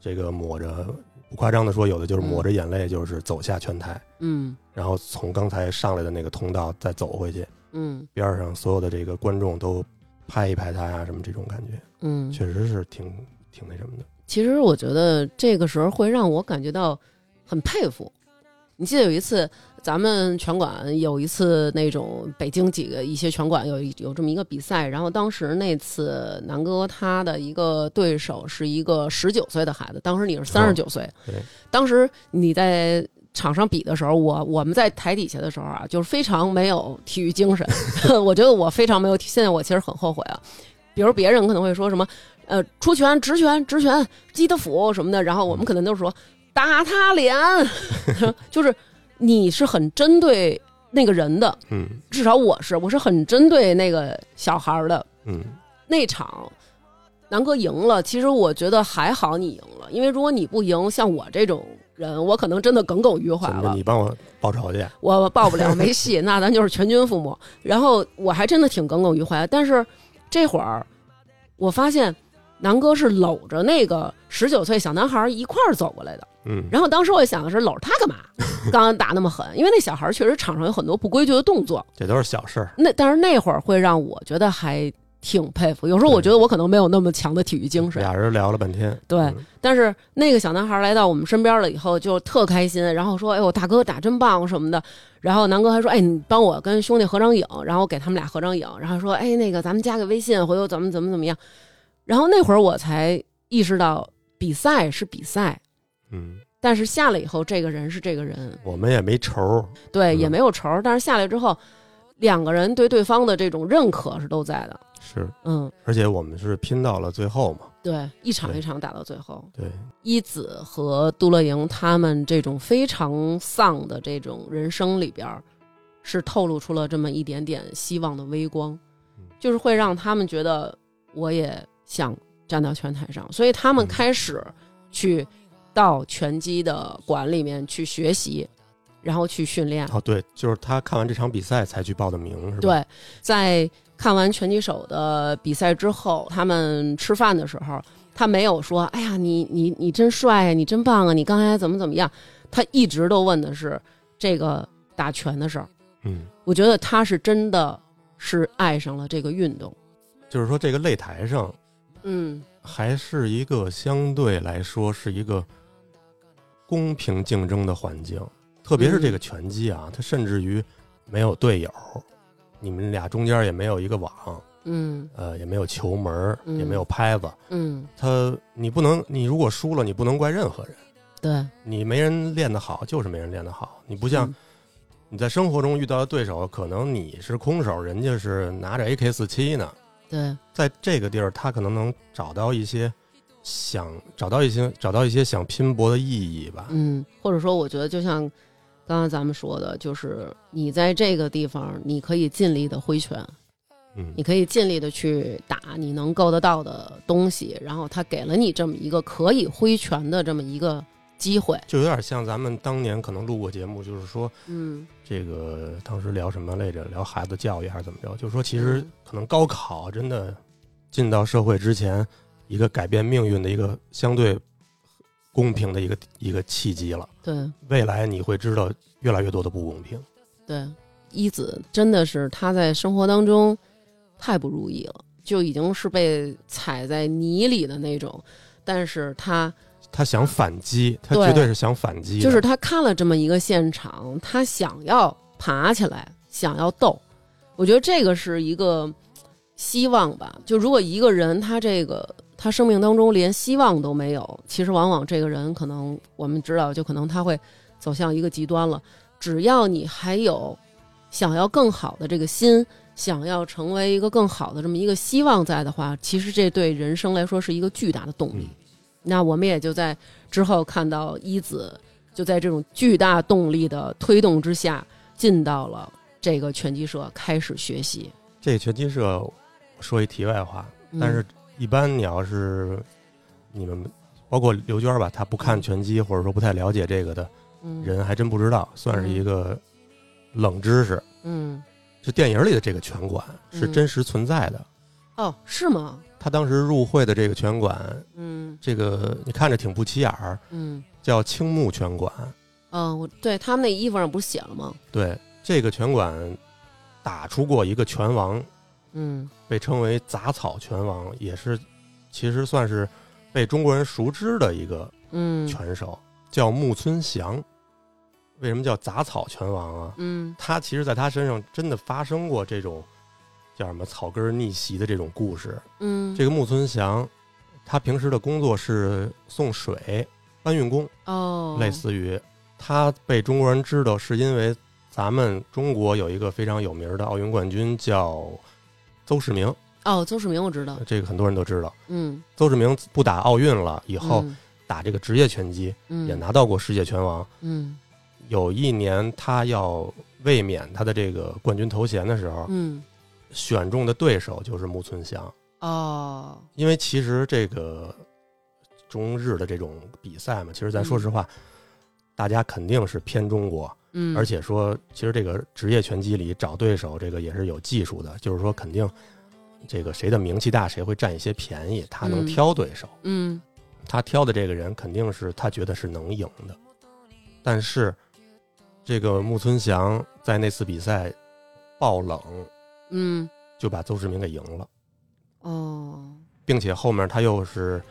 这个抹着不夸张的说，有的就是抹着眼泪，就是走下拳台，
嗯
然后从刚才上来的那个通道再走回去，
嗯
边儿上所有的这个观众都拍一拍他呀、什么这种感觉。
嗯，
确实是挺挺那什么的。
其实我觉得这个时候会让我感觉到很佩服。你记得有一次，咱们拳馆有一次那种北京几个一些拳馆有一有这么一个比赛，然后当时那次南哥他的一个对手是一个十九岁的孩子，当时你是三十九岁，
对
当时你在。场上比的时候，我我们在台底下的时候啊，就是非常没有体育精神。 我觉得我非常没有体，现在我其实很后悔啊。比如别人可能会说什么，呃，出拳、直拳、直拳、击他腹什么的，然后我
嗯
们可能都是说打他脸， 就是你是很针对那个人的，
嗯
至少我是，我是很针对那个小孩儿的。
嗯，
那场南哥赢了，其实我觉得还好你赢了，因为如果你不赢，像我这种人，我可能真的耿耿于怀
怎么
了
着？。你帮我报仇去？
我报不了，没戏，那咱就是全军覆没。然后我还真的挺耿耿于怀，但是这会儿我发现南哥是搂着那个十九岁小男孩一块儿走过来的。
嗯，
然后当时我想的是，搂着他干嘛？刚刚打那么狠，因为那小孩确实场上有很多不规矩的动作。
这都是小事儿。
那但是那会儿会让我觉得还挺佩服。有时候我觉得我可能没有那么强的体育精神，
俩人聊了半天，
对
嗯
但是那个小男孩来到我们身边了以后，就特开心，然后说：“哎呦，大哥打真棒什么的。”然后南哥还说：“哎，你帮我跟兄弟合张影。”然后给他们俩合张影，然后说：“哎，那个咱们加个微信，回头咱们怎么怎么样。”然后那会儿我才意识到，比赛是比赛，
嗯，
但是下来以后，这个人是这个人，
我们也没仇儿，
对，
嗯
也没有仇儿。但是下来之后，两个人对对方的这种认可是都在的，
是，
嗯，
而且我们是拼到了最后嘛。
对，一场
对
一场打到最后。
对，
一子和杜乐莹他们这种非常丧的这种人生里边儿，是透露出了这么一点点希望的微光
嗯，
就是会让他们觉得我也想站到拳台上，所以他们
嗯
开始去到拳击的馆里面去学习，然后去训练。
哦对，就是他看完这场比赛才去报的名，是吧？
对，在看完拳击手的比赛之后，他们吃饭的时候，他没有说“哎呀，你你你真帅呀，你真棒啊，你刚才怎么怎么样”，他一直都问的是这个打拳的事儿。
嗯，
我觉得他是真的是爱上了这个运动。
就是说这个擂台上
嗯，
还是一个相对来说是一个公平竞争的环境，特别是
嗯
这个拳击啊，它甚至于没有队友，你们俩中间也没有一个网，
嗯
呃，也没有球门儿，
嗯
也没有拍子，
嗯，
他你不能，你如果输了，你不能怪任何人，
对，
你没人练得好就是没人练得好，你不像
嗯
你在生活中遇到的对手，可能你是空手，人家是拿着 AK 四七呢。
对，
在这个地儿，他可能能找到一些想找到一些找到一些想拼搏的意义吧。
嗯，或者说，我觉得就像刚刚咱们说的，就是你在这个地方，你可以尽力的挥拳。
嗯
你可以尽力的去打你能够得到的东西，然后他给了你这么一个可以挥拳的这么一个机会。
就有点像咱们当年可能录过节目，就是说
嗯，
这个当时聊什么来着？聊孩子教育还是怎么着？就是说，其实
嗯
可能高考真的进到社会之前，一个改变命运的一个相对公平的一个一个契机了。
对
未来你会知道越来越多的不公平。
对，一子真的是他在生活当中太不如意了，就已经是被踩在泥里的那种。但是他
他想反击，他
对
绝对是想反击的，
就是他看了这么一个现场，他想要爬起来，想要斗，我觉得这个是一个希望吧。就如果一个人他这个他生命当中连希望都没有，其实往往这个人可能我们知道，就可能他会走向一个极端了。只要你还有想要更好的这个心，想要成为一个更好的这么一个希望在的话，其实这对人生来说是一个巨大的动力。
嗯
那我们也就在之后看到一子就在这种巨大动力的推动之下，进到了这个拳击社开始学习。
这拳击社，我说一题外话，
嗯
但是一般你要是你们包括刘娟吧，她不看拳击或者说不太了解这个的
嗯
人，还真不知道，算是一个冷知识。
嗯
是电影里的这个拳馆是
嗯
真实存在的，
哦是吗？
他当时入会的这个拳馆，
嗯
这个你看着挺不起眼儿，
嗯
叫青木拳馆。
嗯，我对他们那衣服上不是写了吗？
对，这个拳馆打出过一个拳王，
嗯
被称为杂草拳王，也是其实算是被中国人熟知的一个
嗯
拳手，叫木村翔。为什么叫杂草拳王啊？
嗯
他其实在他身上真的发生过这种叫什么草根儿逆袭的这种故事。
嗯
这个木村翔，他平时的工作是送水、搬运工，
哦
类似于他被中国人知道，是因为咱们中国有一个非常有名的奥运冠军叫邹市明，
哦，邹市明我知道，
这个很多人都知道。
嗯
邹市明不打奥运了，以
以
后打这个职业拳击、
嗯
也拿到过世界拳王。
嗯
有一年他要卫冕他的这个冠军头衔的时候，
嗯
选中的对手就是木村翔。
哦
因为其实这个中日的这种比赛嘛，其实咱说实话，大家肯定是偏中国，
嗯，
而且说其实这个职业拳击里找对手这个也是有技术的，就是说肯定这个谁的名气大谁会占一些便宜，他能
嗯
挑对手。
嗯
他挑的这个人肯定是他觉得是能赢的，但是这个木村翔在那次比赛爆冷
嗯
就把邹市明给赢了，
哦，
并且后面他又是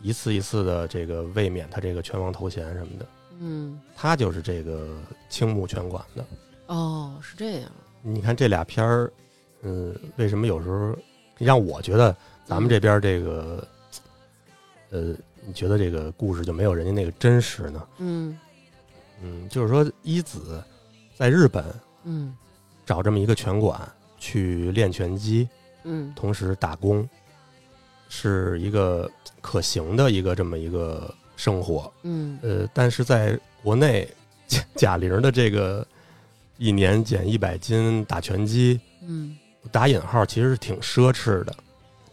一次一次的这个卫冕他这个拳王头衔什么的，
嗯
他就是这个青木拳馆的。
哦，是这样。
你看这俩片儿，嗯，为什么有时候让我觉得咱们这边这个，呃，你觉得这个故事就没有人家那个真实呢？
嗯
嗯，就是说一子在日本
嗯
找这么一个拳馆去练拳击，
嗯
同时打工，是一个可行的一个这么一个生活。
嗯
呃，但是在国内，贾贾玲的这个一年减一百斤打拳击，
嗯，
打引号其实是挺奢侈的。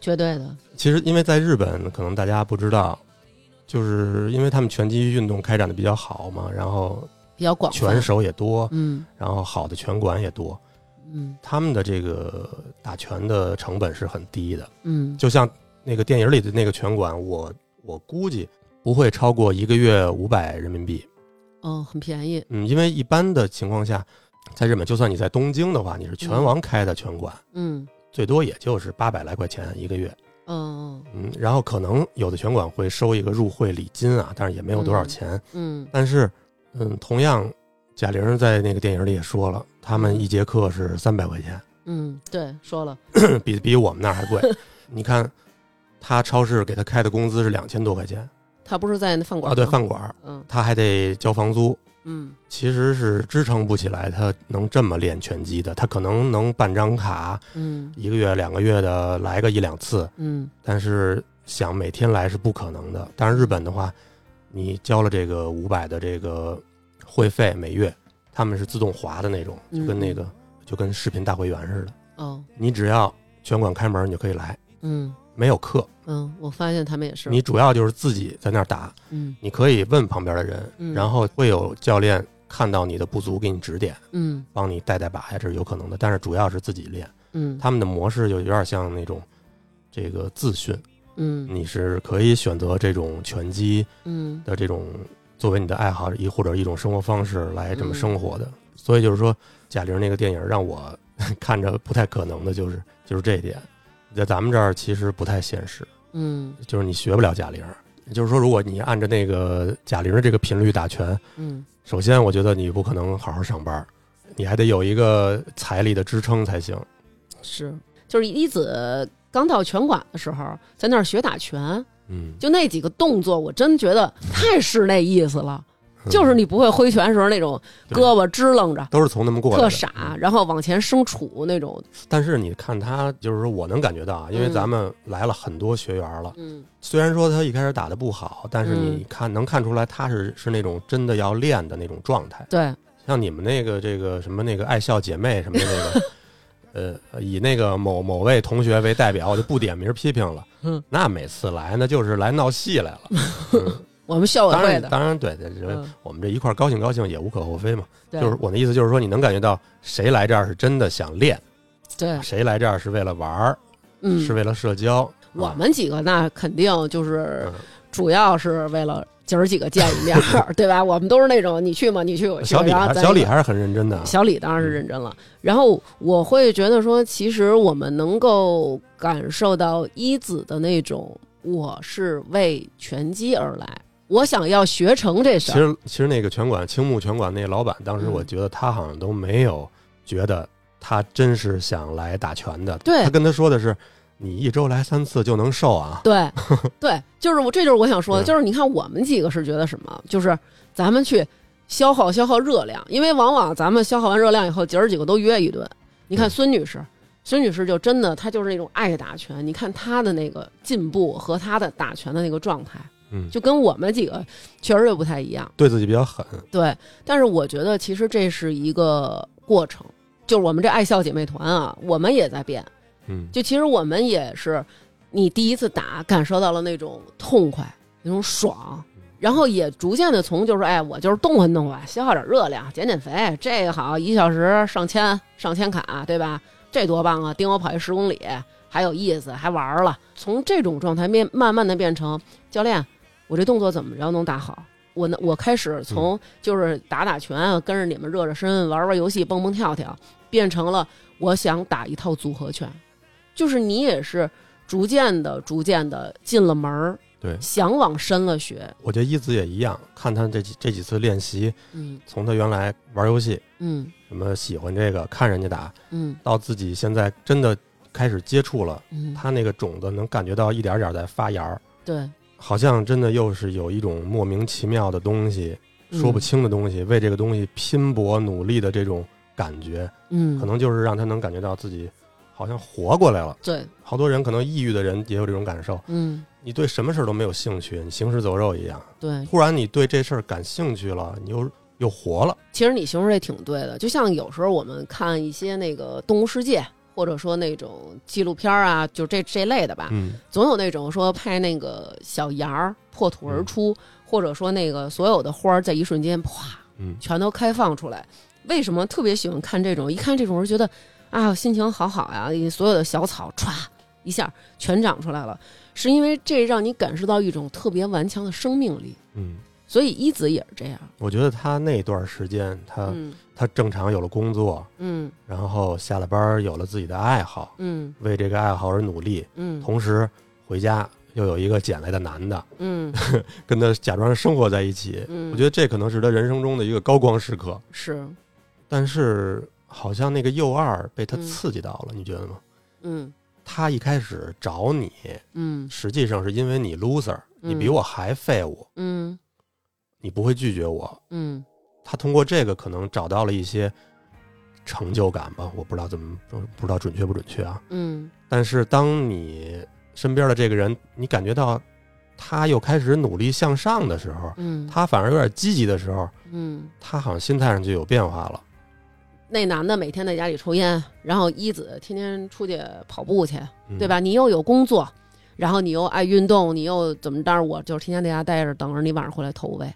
绝对的。
其实因为在日本，可能大家不知道，就是因为他们拳击运动开展的比较好嘛，然后
比较广泛
拳手也多，
嗯
然后好的拳馆也多，
嗯
他们的这个打拳的成本是很低的。
嗯，
就像那个电影里的那个拳馆，我我估计不会超过一个月五百人民币。
哦，很便宜。
嗯，因为一般的情况下，在日本，就算你在东京的话，你是拳王开的拳馆，
嗯
最多也就是八百来块钱一个月。
哦
嗯，然后可能有的拳馆会收一个入会礼金啊，但是也没有多少钱。
嗯
但是，嗯，同样，贾玲在那个电影里也说了，他们一节课是三百块钱。
嗯，对，说了。
比比我们那儿还贵。 你看，他超市给他开的工资是两千多块钱
他不是在那饭馆
啊，对，
吗
饭馆儿
嗯
他还得交房租，
嗯
其实是支撑不起来他能这么练拳击的。他可能能办张卡，
嗯
一个月、两个月的来个一两次，
嗯
但是想每天来是不可能的。但是日本的话，你交了这个五百的这个会费每月，他们是自动划的那种，就跟那个、就跟视频大会员似的，
哦
你只要拳馆开门，你就可以来，
嗯
没有课。
嗯，我发现他们也是。
你主要就是自己在那儿打，
嗯
你可以问旁边的人，
嗯
然后会有教练看到你的不足，给你指点，
嗯
帮你带带把呀，这是有可能的。但是主要是自己练，
嗯
他们的模式就有点像那种这个自训，
嗯
你是可以选择这种拳击
嗯
的这种作为你的爱好一或者一种生活方式来这么
嗯
生活的。所以就是说，贾玲那个电影让我 看着不太可能的就是就是这一点，在咱们这儿其实不太现实。
嗯
就是你学不了贾玲儿。就是说，如果你按照那个贾玲儿的这个频率打拳，
嗯
首先我觉得你不可能好好上班儿，你还得有一个财力的支撑才行。
是，就是一子刚到拳馆的时候，在那儿学打拳，
嗯，
就那几个动作，我真觉得太是那意思了。就是你不会挥拳时候那种
嗯对
胳膊支棱着，
都是从那么过来的。嗯
特傻，然后往前生杵那种。
但是你看他，就是说我能感觉到啊，因为
嗯
咱们来了很多学员了，
嗯
虽然说他一开始打的不好，但是你
嗯
看、能看出来他是是那种真的要练的那种状态，。
对，
像你们那个这个什么那个爱笑姐妹什么的那个，呃，以那个某某位同学为代表，我就不点名批评了。
嗯，
那每次来呢，就是来闹戏来了。嗯、
我们校委
当
哦会
然，
的，
当然，对，对就是
嗯
我们这一块儿高兴高兴也无可厚非嘛。
对
就是我的意思，就是说你能感觉到谁来这儿是真的想练，
对，
谁来这儿是为了玩儿，
嗯，
是为了社交。
我
啊
们几个那肯定就是
嗯
主要是为了姐儿几个见一面 儿，对吧？我们都是那种你去吗？你去我去，
小李
然后
还
咱
小
一
李
块
还是很认真的啊。
小李当然是认真了。然后我会觉得说，其实我们能够感受到一子的那种，我是为拳击而来，我想要学成这事
其
儿。
实其实那个拳馆青木拳馆那老板，当时
嗯
我觉得他好像都没有觉得他真是想来打拳的。
对
他跟他说的是，你一周来三次就能瘦啊。
对，对，就是我，这就是我想说的，
嗯
就是你看我们几个是觉得什么，就是咱们去消耗消耗热量，因为往往咱们消耗完热量以后，姐儿几个都约一顿。你看
嗯
孙女士，孙女士就真的她就是那种爱打拳，你看她的那个进步和她的打拳的那个状态，
嗯，
就跟我们几个确实就不太一样。
对自己比较狠。
对，但是我觉得其实这是一个过程，就是我们这爱笑姐妹团啊，我们也在变。
嗯，
就其实我们也是，你第一次打感受到了那种痛快、那种爽，然后也逐渐的从就是哎，我就是动换动换，消耗点热量，减减肥，这个好，一小时上千上千卡，对吧？这多棒啊！盯我跑一十公里，还有意思，还玩了。从这种状态变，慢慢的变成教练，我这动作怎么着能打好？我呢，我开始从就是打打拳，跟着你们热热身，玩玩游戏，蹦蹦跳跳，变成了我想打一套组合拳，就是你也是逐渐的、逐渐的进了门儿，
对，
想往深了学，
我觉得一子也一样，看他这几这几次练习，
嗯
从他原来玩游戏，
嗯
什么喜欢这个，看人家打，
嗯
到自己现在真的开始接触了，
嗯，
他那个种子能感觉到一点点在发芽儿，
对，
好像真的又是有一种莫名其妙的东西，
嗯
说不清的东西，为这个东西拼搏努力的这种感觉，
嗯，嗯，
可能就是让他能感觉到自己好像活过来了。
对，
好多人可能抑郁的人也有这种感受，
嗯
你对什么事儿都没有兴趣，你行尸走肉一样，
对，
突然你对这事儿感兴趣了，你又又活了。
其实你形容这挺对的，就像有时候我们看一些那个动物世界，或者说那种纪录片儿啊，就这这类的吧，
嗯，
总有那种说拍那个小芽儿破土
嗯
而出，或者说那个所有的花儿在一瞬间啪
嗯
全都开放出来。为什么特别喜欢看这种？一看这种人觉得啊，心情好好呀、所有的小草歘一下全长出来了，是因为这让你感受到一种特别顽强的生命力。
嗯，
所以一子也是这样，
我觉得他那段时间，他、
嗯
他正常有了工作，
嗯
然后下了班儿有了自己的爱好，
嗯
为这个爱好而努力，
嗯
同时回家又有一个捡来的男的
嗯
跟他假装生活在一起，
嗯，
我觉得这可能是他人生中的一个高光时刻。
是，
但是好像那个右二被他
嗯
刺激到了，你觉得吗？
嗯
他一开始找你，
嗯
实际上是因为你 loser，你比
嗯
我还废物，
嗯
你不会拒绝我。
嗯
他通过这个可能找到了一些成就感吧，我不知道怎么不不知道准确不准确啊。
嗯
但是当你身边的这个人，你感觉到他又开始努力向上的时候，
嗯，
他反而有点积极的时候，
嗯。
他好像心态上就有变化了。
那男的每天在家里抽烟，然后一子天天出去跑步去，
嗯
对吧？？你又有工作，然后你又爱运动，你又怎么？但是我就是天天在家待着，等着你晚上回来投喂。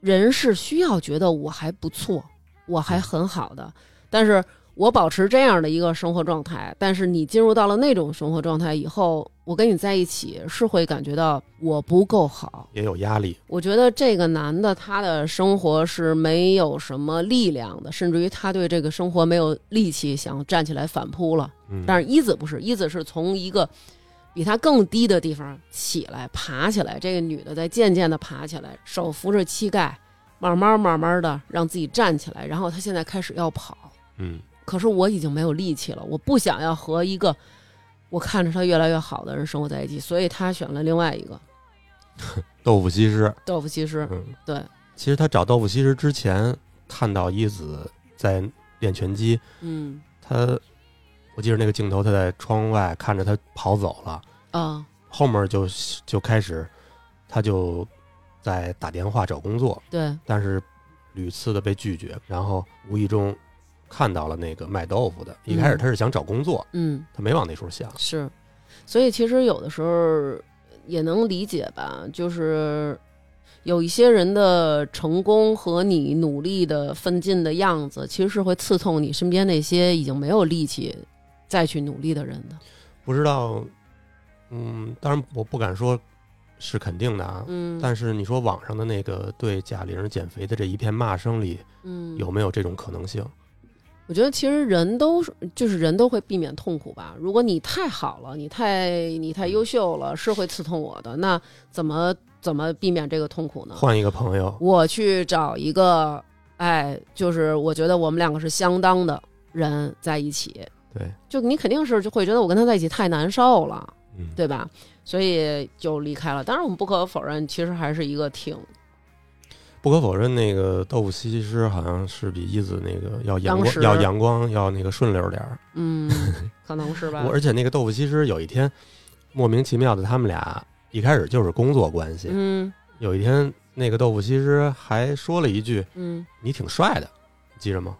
人是需要觉得我还不错，我还很好的，但是我保持这样的一个生活状态。但是你进入到了那种生活状态以后，我跟你在一起是会感觉到我不够好，
也有压力，
我觉得这个男的他的生活是没有什么力量的，甚至于他对这个生活没有力气，想站起来反扑了。
嗯，
但是一子不是，一子是从一个比他更低的地方起来，爬起来。这个女的在渐渐的爬起来，手扶着膝盖，慢慢慢慢的让自己站起来。然后她现在开始要跑，
嗯，
可是我已经没有力气了，我不想要和一个我看着他越来越好的人生活在一起，所以他选了另外一个
豆腐西施，
豆腐西施。
嗯，
对，
其实他找豆腐西施之前，看到一子在练拳击，
嗯
他我记得那个镜头，他在窗外看着他跑走了，
啊。
后面就就开始，他就在打电话找工作，
对，
但是屡次的被拒绝，然后无意中看到了那个卖豆腐的。一开始他是想找工作，
嗯，
他没往那处想。
是，所以其实有的时候也能理解吧，就是有一些人的成功和你努力的奋进的样子，其实是会刺痛你身边那些已经没有力气再去努力的人的。
不知道，嗯，当然我不敢说是肯定的啊，
嗯，
但是你说网上的那个对贾玲减肥的这一片骂声里，
嗯，
有没有这种可能性？
我觉得其实人都是，就是人都会避免痛苦吧。如果你太好了，你太你太优秀了，是会刺痛我的。那怎么怎么避免这个痛苦呢？
换一个朋友，
我去找一个，哎，就是我觉得我们两个是相当的人在一起，
对，
就你肯定是就会觉得我跟他在一起太难受了，
嗯，
对吧？所以就离开了。当然，我们不可否认，其实还是一个挺
不可否认，那个豆腐西施好像是比一子那个要阳
当
光，
时
要阳光，要那个顺溜点儿。
嗯，可能是吧
我。而且那个豆腐西施有一天莫名其妙的，他们俩一开始就是工作关系。
嗯
有一天，那个豆腐西施还说了一句
嗯，：“
你挺帅的”，记着吗？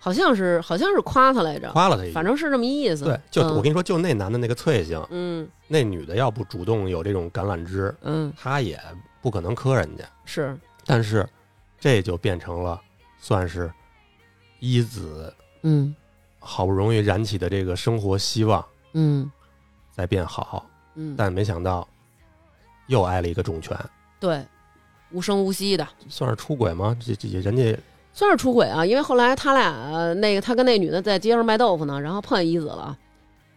好像是好像是夸他来着，
夸了他一句。
嗯反正是这么意思。
对，就、
嗯
我跟你说，就那男的那个脆性，
嗯
那女的要不主动有这种橄榄枝，
嗯
他也不可能磕人家。
是，
但是这就变成了算是一子
嗯
好不容易燃起的这个生活希望
嗯
在变好，
嗯，
但没想到又挨了一个重拳，
对，无声无息的，
算是出轨吗？这这人家
算是出轨啊，因为后来他俩呃那个他跟那女的在街上卖豆腐呢，然后碰见一子了，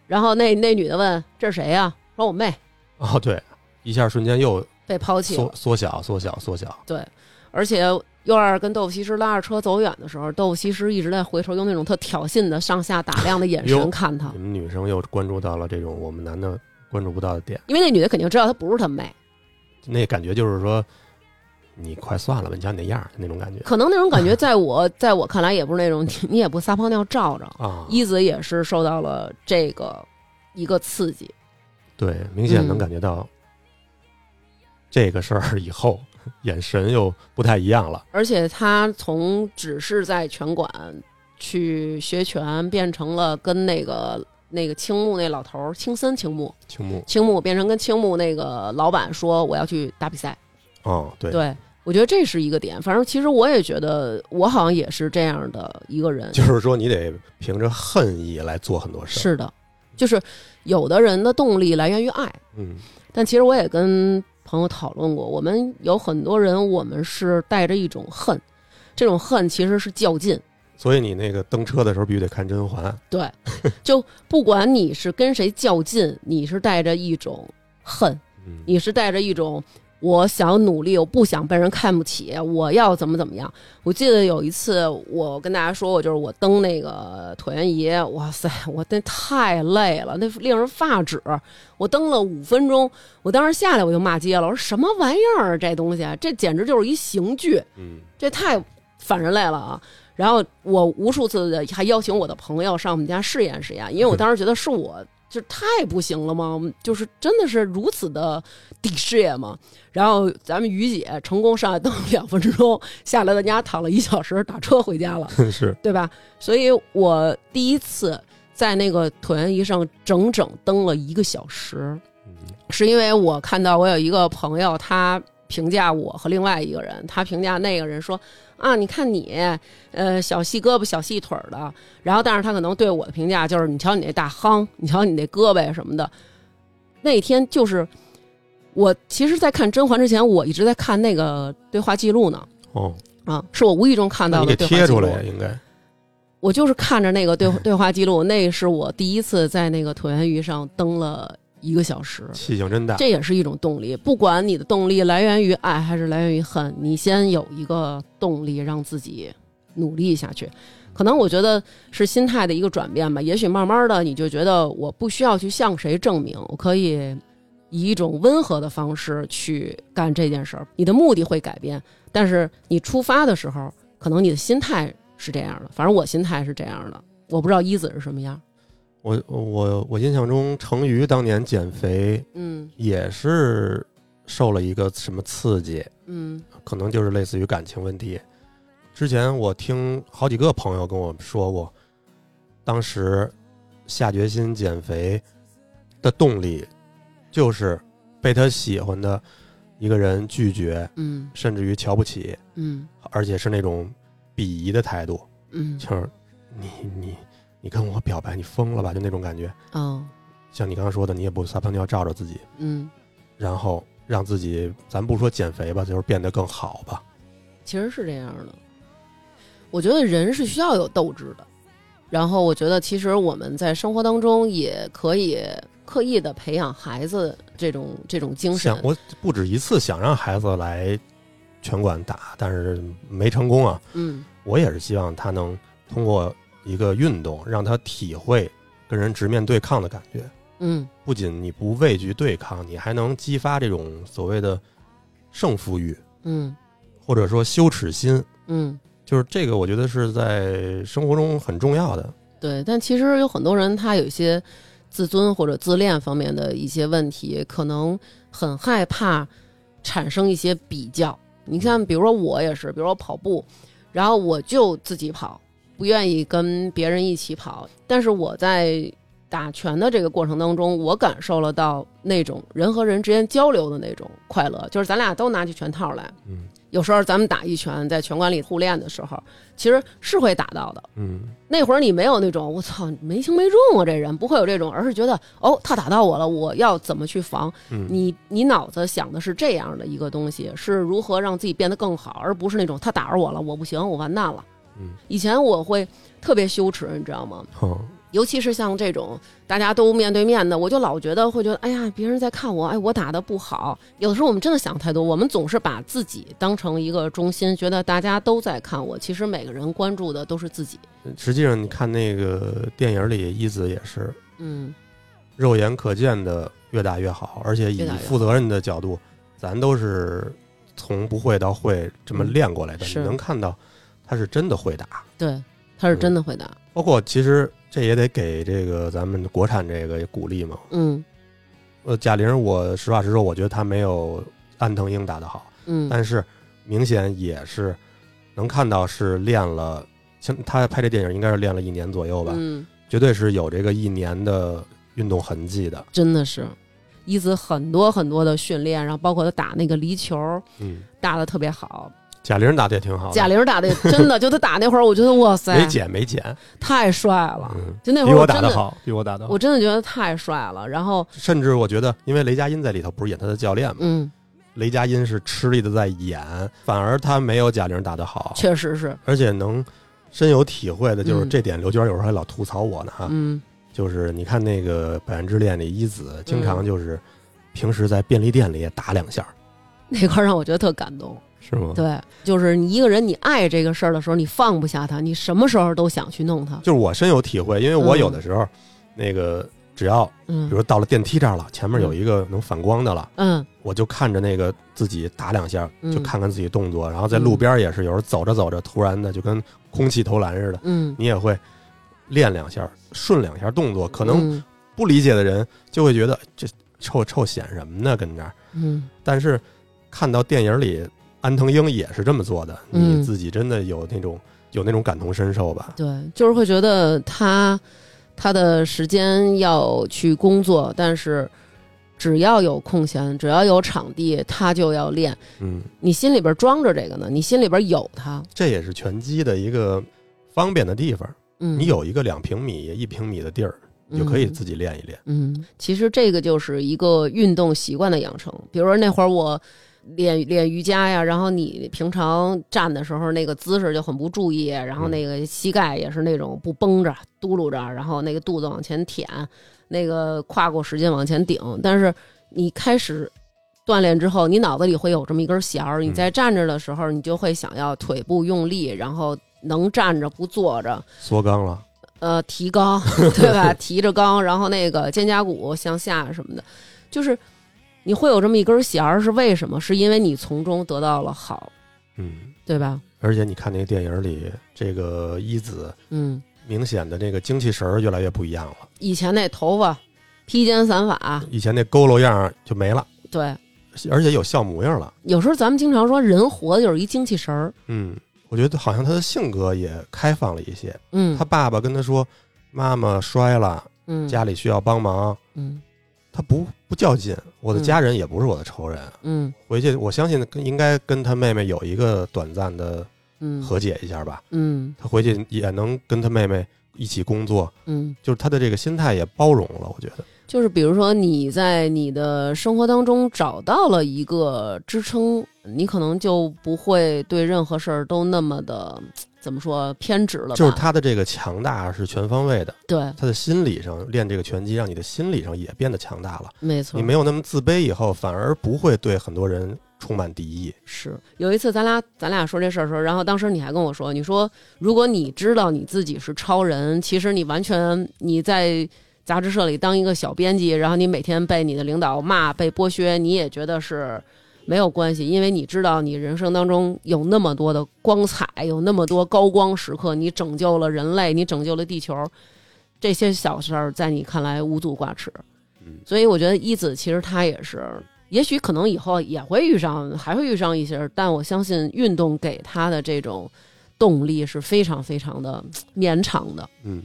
然后那那女的问这是谁呀、说我妹
哦对，一下瞬间又
被抛弃
缩
了，
缩小缩小缩小，
而且右二跟豆腐西施拉着车走远的时候，豆腐西施一直在回头用那种特挑衅的上下打量的眼
哟
神看他
你，们女生又关注到了这种我们男的关注不到的点，
因为那女的肯定知道她不是他妹，
那感觉就是说你快算了吧，你瞧你那样儿那种感觉
可能那种感觉在我在我看来也不是那种你你也不撒泡尿照照，
啊，
一子也是受到了这个一个刺激，
对，明显能
嗯
感觉到这个事儿以后眼神又不太一样了。
而且他从只是在拳馆去学拳，变成了跟那个那个青木那老头儿青森青木
青木，
青木变成跟青木那个老板说我要去打比赛。
哦，对，
对我觉得这是一个点。反正其实我也觉得我好像也是这样的一个人。
就是说你得凭着恨意来做很多事儿。
是的，就是有的人的动力来源于爱，
嗯，
但其实我也跟朋友讨论过，我们有很多人我们是带着一种恨，这种恨其实是较劲。
所以你那个蹬车的时候必须得看甄嬛。
对， 就不管你是跟谁较劲，你是带着一种恨，
嗯，
你是带着一种我想努力，我不想被人看不起，我要怎么怎么样。我记得有一次，我跟大家说过，就是我蹬那个椭圆仪，哇塞，我那太累了，那令人发指。我蹬了五分钟，我当时下来我就骂街了，我说什么玩意儿啊这东西，这简直就是一刑具。
嗯，
这太反人类了啊！然后我无数次的还邀请我的朋友上我们家试验试验，因为我当时觉得是我就太不行了吗？就是真的是如此的抵事业吗？然后咱们于姐成功上来蹬了两分钟，下来在家躺了一小时，打车回家了，
嗯是
对吧？所以我第一次在那个椭圆仪上整整蹬了一个小时，
嗯
是因为我看到我有一个朋友，他评价我和另外一个人，他评价那个人说啊，你看你，呃，小细胳膊小细腿儿的，然后但是他可能对我的评价就是，你瞧你那大夯，你瞧你那胳膊什么的。那天就是我其实，在看《甄嬛》之前，我一直在看那个对话记录呢，
哦，
啊，是我无意中看
那
到
你给
的对
贴
话记
出
录嗯
来。呀，应该。
我就是看着那个对对话记录，那是我第一次在那个椭圆仪上蹬了一个小时，
气性真大。
这也是一种动力。不管你的动力来源于爱还是来源于恨，你先有一个动力让自己努力下去。可能我觉得是心态的一个转变吧。也许慢慢的你就觉得我不需要去向谁证明，我可以以一种温和的方式去干这件事儿。你的目的会改变，但是你出发的时候，可能你的心态是这样的。反正我心态是这样的，我不知道一子是什么样。
我我我印象中，成瑜当年减肥
嗯
也是受了一个什么刺激，
嗯
可能就是类似于感情问题。之前我听好几个朋友跟我说过，当时下决心减肥的动力就是被他喜欢的一个人拒绝，
嗯
甚至于瞧不起，
嗯
而且是那种鄙夷的态度，
嗯
就是你你你跟我表白，你疯了吧？就那种感觉。
哦
像你刚刚说的，你也不撒泡尿照照自己，
嗯。
然后让自己，咱不说减肥吧，就是变得更好吧。
其实是这样的。我觉得人是需要有斗志的，然后我觉得其实我们在生活当中也可以刻意的培养孩子这种这种精神
想。我不止一次想让孩子来拳馆打，但是没成功啊。
嗯
我也是希望他能通过一个运动，让他体会跟人直面对抗的感觉。
嗯
不仅你不畏惧对抗，你还能激发这种所谓的胜负欲，
嗯
或者说羞耻心。
嗯，
就是这个，我觉得是在生活中很重要的。
对。但其实有很多人他有一些自尊或者自恋方面的一些问题，可能很害怕产生一些比较。你看，比如说我也是，比如说跑步，然后我就自己跑，不愿意跟别人一起跑。但是我在打拳的这个过程当中，我感受了到那种人和人之间交流的那种快乐，就是咱俩都拿起拳套来，
嗯，
有时候咱们打一拳，在拳馆里互练的时候，其实是会打到的。
嗯
那会儿你没有那种我操没轻没重啊，这人不会有这种，而是觉得哦他打到我了，我要怎么去防？
嗯
你你脑子想的是这样的一个东西，是如何让自己变得更好，而不是那种他打着我了，我不行，我完蛋了。
嗯，
以前我会特别羞耻，你知道吗？
好，
尤其是像这种大家都面对面的，我就老觉得会觉得，哎呀，别人在看我，哎，我打的不好。有的时候我们真的想太多，我们总是把自己当成一个中心，觉得大家都在看我，其实每个人关注的都是自己。
实际上你看那个电影里，一子也是
嗯，
肉眼可见的越大越好，而且以
越大越好
负责任的角度，咱都是从不会到会这么
嗯
练过来的，你
是
能看到他是真的会打。
对，他是真的会打。
包括其实这也得给这个咱们国产这个鼓励嘛。
嗯
呃，贾玲，我实话实说，我觉得她没有安藤英打得好，
嗯
但是明显也是能看到是练了，像她拍这电影应该是练了一年左右吧，
嗯，
绝对是有这个一年的运动痕迹的。
真的是，一子很多很多的训练，然后包括他打那个离球
嗯，
打的特别好。
贾玲打的也挺好的，
贾玲打的真的，就他打那会儿，我觉得哇 塞
没，减没减，
太帅了。
嗯，
就那
比
会儿
我
真
打
的
的好，比我打的好
我。真的觉得太帅了。然后，
甚至我觉得，因为雷佳音在里头不是演他的教练嘛，
嗯，
雷佳音是吃力的在演，反而他没有贾玲打的好，
确实是，
而且能深有体会的就是
嗯
这点。刘娟有时候还老吐槽我呢啊，
嗯，
就是你看那个《百元之恋》里，一子经
嗯
常就是平时在便利店里也打两下，
那块儿让我觉得特感动。
是吗？，
对，就是你一个人，你爱这个事儿的时候，你放不下他，你什么时候都想去弄他。
就是我深有体会，因为我
嗯
有的时候、那个只要比
嗯
如到了电梯这儿了，前面有一个能反光的了。
嗯
我就看着那个自己打两下，
嗯
就看看自己动作，然后在路边也是，有时候走着走着，突然的就跟空气投篮似的，
嗯，
你也会练两下，顺两下动作。可
可
能不理解的人就会觉得这臭臭显什么呢，跟这儿。
嗯
但是看到电影里安藤英也是这么做的，
嗯
你自己真的有那种有那种感同身受吧？
对，就是会觉得他他的时间要去工作，但是只要有空闲，只要有场地，他就要练。
嗯，
你心里边装着这个呢，你心里边有他。
这也是拳击的一个方便的地方。
嗯，
你有一个两平米、一平米的地儿，你就可以自己练一练。
嗯，其实这个就是一个运动习惯的养成。比如说那会儿我练练瑜伽呀，然后你平常站的时候那个姿势就很不注意，然后那个膝盖也是那种不绷着、嘟噜着，然后那个肚子往前舔，那个胯骨使劲往前顶。但是你开始锻炼之后，你脑子里会有这么一根弦儿，你
嗯
在站着的时候，你就会想要腿部用力，然后能站着不坐着。
缩肛了，
呃提肛，对吧？提着肛，然后那个肩胛骨向下什么的，就是你会有这么一根弦儿，是为什么？是因为你从中得到了好，
嗯。
对吧？
而且你看那个电影里，这个一子
嗯，
明显的这个精气神儿越来越不一样了，
以前那头发披肩散发，
以前那佝偻样儿就没了，
对，
而且有笑模样了。
有时候咱们经常说人活的就是一精气神儿，
嗯，我觉得好像他的性格也开放了一些。
嗯
他，爸爸跟他说：“妈妈摔了，
嗯，
家里需要帮忙。
嗯”
他不不较劲，我的
嗯
家人也不是我的仇人。
嗯
回去，我相信跟应该跟他妹妹有一个短暂的
嗯
和解一下吧。
嗯
他回去也能跟他妹妹一起工作，
嗯，
就是他的这个心态也包容了。我觉得，
就是比如说你在你的生活当中找到了一个支撑，你可能就不会对任何事儿都那么的怎么说偏执了吧。
就是他的这个强大是全方位的，
对，
他的心理上练这个拳击，让你的心理上也变得强大了。
没错
你，没有那么自卑，以后反而不会对很多人充满敌意。
是有一次咱俩咱俩说这事儿的时候，然后当时你还跟我说，你说如果你知道你自己是超人，其实你完全你在。杂志社里当一个小编辑，然后你每天被你的领导骂、被剥削，你也觉得是没有关系，因为你知道你人生当中有那么多的光彩，有那么多高光时刻，你拯救了人类，你拯救了地球，这些小事儿在你看来无足挂齿。
嗯
所以我觉得一子其实他也是，也许可能以后也会遇上，还会遇上一些，但我相信运动给他的这种动力是非常非常的绵长的。
嗯，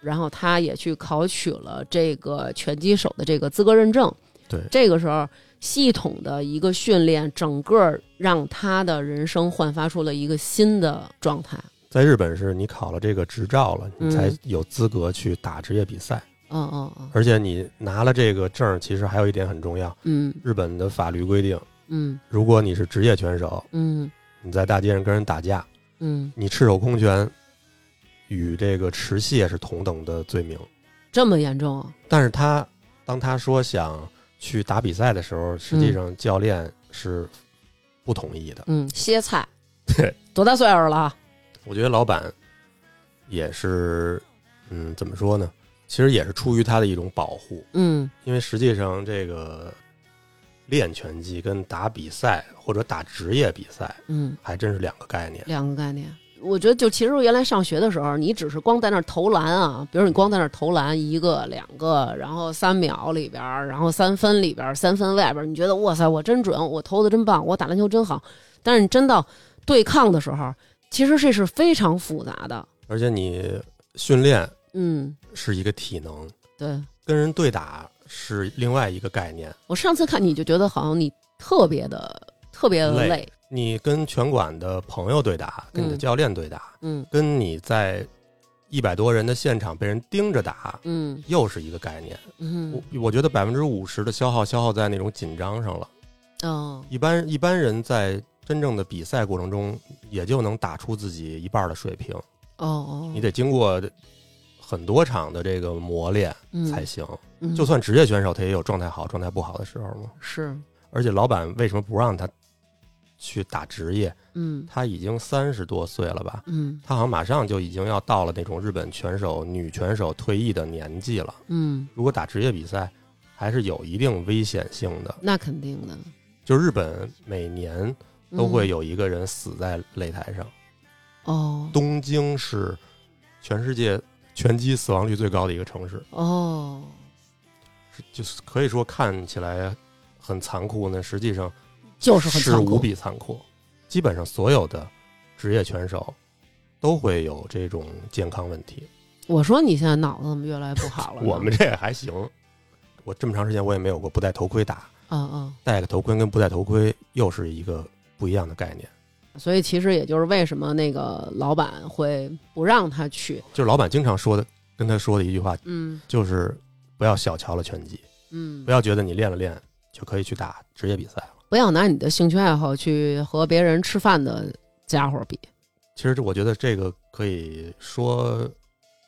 然后他也去考取了这个拳击手的这个资格认证，
对
这个时候系统的一个训练，整个让他的人生焕发出了一个新的状态。
在日本是你考了这个执照了，你才
嗯
有资格去打职业比赛，
嗯嗯嗯
而且你拿了这个证儿，其实还有一点很重要，
嗯
日本的法律规定，
嗯
如果你是职业拳手，
嗯
你在大街上跟人打架，
嗯，
你赤手空拳与这个持械是同等的罪名。
这么严重啊？
但是他当他说想去打比赛的时候，实际上教练是不同意的。
嗯，歇菜，
对，
多大岁数了？
我觉得老板也是，嗯，怎么说呢？其实也是出于他的一种保护，
嗯
因为实际上这个练拳击跟打比赛或者打职业比赛
嗯，
还真是两个概念。
两个概念。我觉得就其实原来上学的时候，你只是光在那儿投篮啊，比如你光在那儿投篮一个、两个，然后三秒里边儿，然后三分里边儿，三分外边儿，你觉得哇塞，我真准，我投的真棒，我打篮球真好。但是你真到对抗的时候，其实这是非常复杂的。
而且你训练
嗯，
是一个体能，
对
跟人对打是另外一个概念。
我上次看你就觉得好像你特别的特别的
累
累
你跟拳馆的朋友对打，跟你的
嗯
教练对打，
嗯
跟你在一百多人的现场被人盯着打，
嗯
又是一个概念。
嗯
我我觉得百分之五十的消耗消耗在那种紧张上了。
哦
一般一般人在真正的比赛过程中，也就能打出自己一半的水平。
哦哦，
你得经过很多场的这个磨练才行。
嗯、嗯
就算职业选手，他也有状态好、状态不好的时候嘛。
是
而且老板为什么不让他去打职业？
嗯
他已经三十多岁了吧？
嗯
他好像马上就已经要到了那种日本拳手女拳手退役的年纪了。
嗯，
如果打职业比赛，还是有一定危险性的。
那肯定的。
就日本每年都
嗯
会有一个人死在擂台上。
哦
东京是全世界拳击死亡率最高的一个城市，
哦，
是就是可以说看起来很残酷呢，实际上
哦就是很残酷
无比残酷。基本上所有的职业拳手都会有这种健康问题。
我说你现在脑子怎么越来越 不好了呢？
我们这还行，我这么长时间我也没有过不戴头盔打，
嗯嗯，
戴个头盔跟不戴头盔又是一个不一样的概念。
所以其实也就是为什么那个老板会不让他去。
就是老板经常说的，跟他说的一句话
嗯
就是不要小瞧了拳击，
嗯，
不要觉得你练了练就可以去打职业比赛了。
不要拿你的兴趣爱好去和别人吃饭的家伙比。
其实这我觉得这个可以说，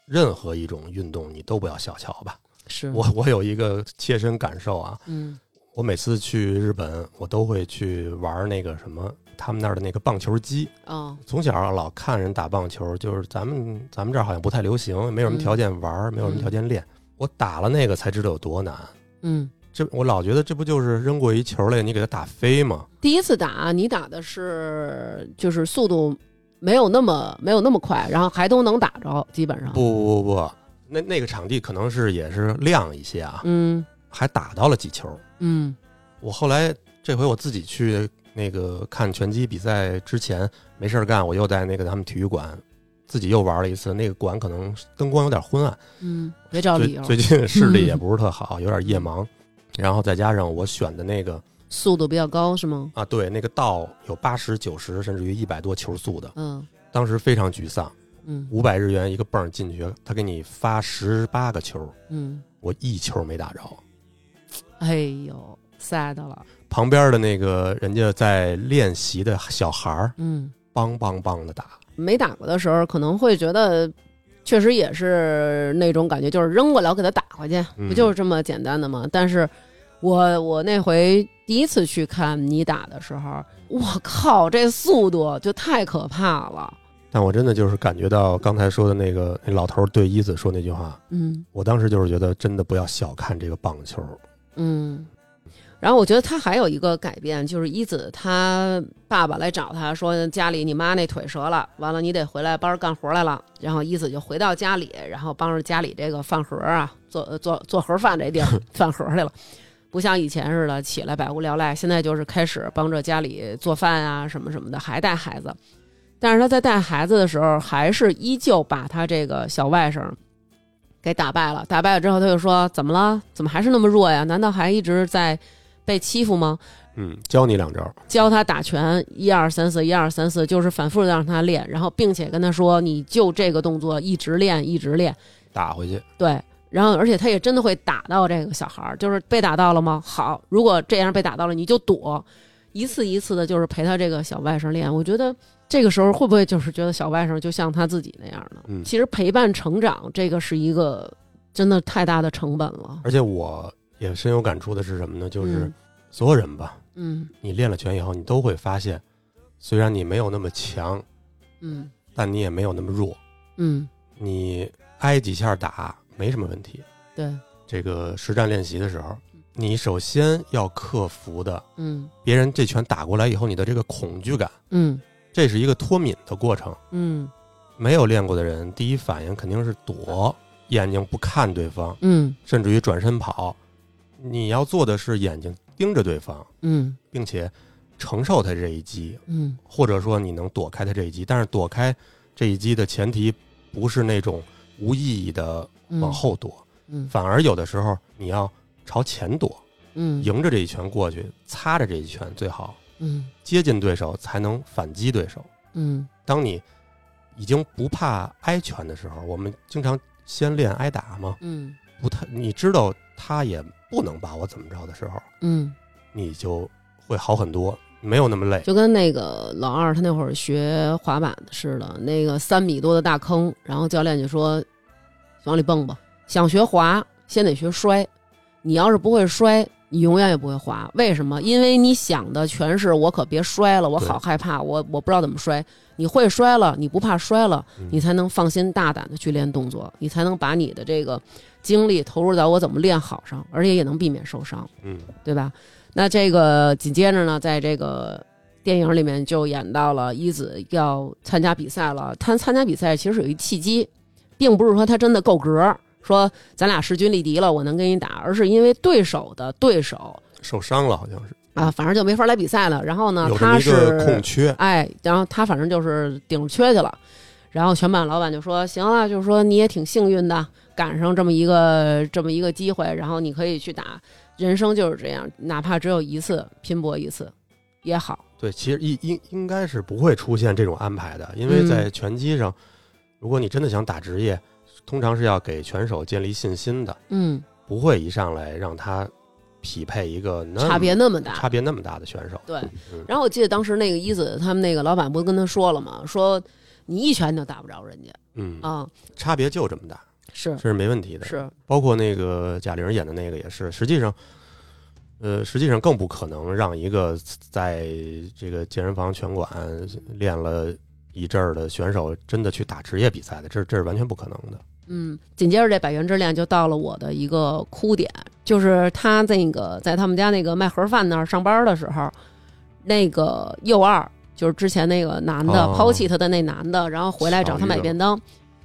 任何一种运动你都不要小瞧吧。
是
我我有一个切身感受啊，
嗯
我每次去日本，我都会去玩那个什么他们那儿的那个棒球机。
哦
从小啊老看人打棒球，就是咱们咱们这儿好像不太流行，没有什么条件玩儿，没有什么条件练。我打了那个才知道有多难。
嗯，
这我老觉得这不就是扔过一球来，你给它打飞吗？
第一次打你打的是就是速度没有那么没有那么快，然后还都能打着，基本上。
不不不不，那那个场地可能是也是亮一些啊，
嗯
还打到了几球。
嗯
我后来这回我自己去那个看拳击比赛之前没事儿干，我又在那个他们体育馆自己又玩了一次。那个馆可能灯光有点昏暗，
嗯，别找
最
理由，
最 近视力也不是特好，有点夜盲。然后再加上我选的那个
速度比较高是吗？
啊，对，那个道有八十九十甚至于一百多球速的，
嗯
当时非常沮丧。
嗯
五百日元一个泵儿进去，他给你发十八个球，
嗯，
我一球没打着。
哎呦，sad 了。
旁边的那个人家在练习的小孩儿，
嗯，
梆梆梆的打，
没打过的时候可能会觉得，确实也是那种感觉，就是扔过来我给他打回去，
嗯
不就是这么简单的吗？但是我我那回第一次去看你打的时候，我靠，这速度就太可怕了。
但我真的就是感觉到刚才说的那个那老头儿对一子说那句话，
嗯
我当时就是觉得真的不要小看这个棒球。
嗯。然后我觉得他还有一个改变，就是一子他爸爸来找他说家里你妈那腿折了，完了你得回来帮着干活来了。然后一子就回到家里，然后帮着家里这个饭盒啊，做 呃做做盒饭这地儿饭盒去了，不像以前似的起来百无聊赖，现在就是开始帮着家里做饭啊什么什么的，还带孩子。但是他在带孩子的时候，还是依旧把他这个小外甥给打败了。打败了之后，他就说：“怎么了？怎么还是那么弱呀？难道还一直在被欺负吗？”
嗯，教你两招，
教他打拳，一二三四，一二三四，就是反复的让他练，然后并且跟他说：“你就这个动作一直练，一直练。
打回去。”
对。然后，而且他也真的会打到这个小孩儿，就是被打到了吗？好，如果这样被打到了，你就躲，一次一次的，就是陪他这个小外甥练。我觉得这个时候会不会就是觉得小外甥就像他自己那样呢？
嗯
其实陪伴成长这个是一个真的太大的成本了。
而且我也深有感触的是什么呢？就是
嗯
所有人吧，
嗯
你练了拳以后，你都会发现，虽然你没有那么强，
嗯
但你也没有那么弱，
嗯，
你挨几下打没什么问题。
对，
这个实战练习的时候，你首先要克服的，
嗯
别人这拳打过来以后，你的这个恐惧感，
嗯
这是一个脱敏的过程。
嗯
没有练过的人，第一反应肯定是躲，眼睛不看对方，
嗯
甚至于转身跑。你要做的是眼睛盯着对方，
嗯
并且承受他这一击，
嗯
或者说你能躲开他这一击。但是躲开这一击的前提不是那种无意义的
嗯，
往后躲，
嗯，
反而有的时候你要朝前躲，
嗯
迎着这一拳过去，擦着这一拳最好，
嗯
接近对手才能反击对手。
嗯
当你已经不怕挨拳的时候，我们经常先练挨打嘛，
嗯
不太你知道他也不能把我怎么着的时候，
嗯，
你就会好很多，没有那么累。
就跟那个老二他那会儿学滑板似的，那个三米多的大坑，然后教练就说往里蹦吧，想学滑先得学摔，你要是不会摔。你永远也不会滑，为什么？因为你想的全是我可别摔了，我好
对
害怕，我我不知道怎么摔。你会摔了，你不怕摔了，你才能放心大胆的去练动作，你才能把你的这个精力投入到我怎么练好上，而且也能避免受伤。
嗯，
对吧？那这个紧接着呢，在这个电影里面就演到了一子要参加比赛了。他参加比赛其实有一契机，并不是说他真的够格儿，说咱俩势均力敌了，我能跟你打，而是因为对手的对手
受伤了好像是，
啊，反正就没法来比赛了。然后呢
有，这么
啊他
一个空
是
缺。
哎，然后他反正就是顶着缺去了。然后全版老板就说：“行了，就是说你也挺幸运的，赶上这么一个这么一个机会，然后你可以去打。人生就是这样，哪怕只有一次，拼搏一次也好。
对，其实应应应该是不会出现这种安排的，因为在拳击上，如果你真的想打职业，通常是要给拳手建立信心的，
嗯，
不会一上来让他匹配一个那么
差别那么大。
差别那么大的选手。
对
嗯，
然后我记得当时那个一子他们那个老板不跟他说了吗？说你一拳就打不着人家
嗯，
啊、
差别就这么大，
是
这是没问题的。
是，
包括那个贾玲演的那个也是，实际上，呃，实际上更不可能让一个在这个健身房拳馆练了一阵儿的选手真的去打职业比赛的，这这是完全不可能的。
嗯，紧接着这百元之恋就到了我的一个哭点，就是他那个在他们家那个卖盒饭那儿上班的时候，那个右二就是之前那个男的、
哦
抛弃他的那男的，然后回来找他买便当，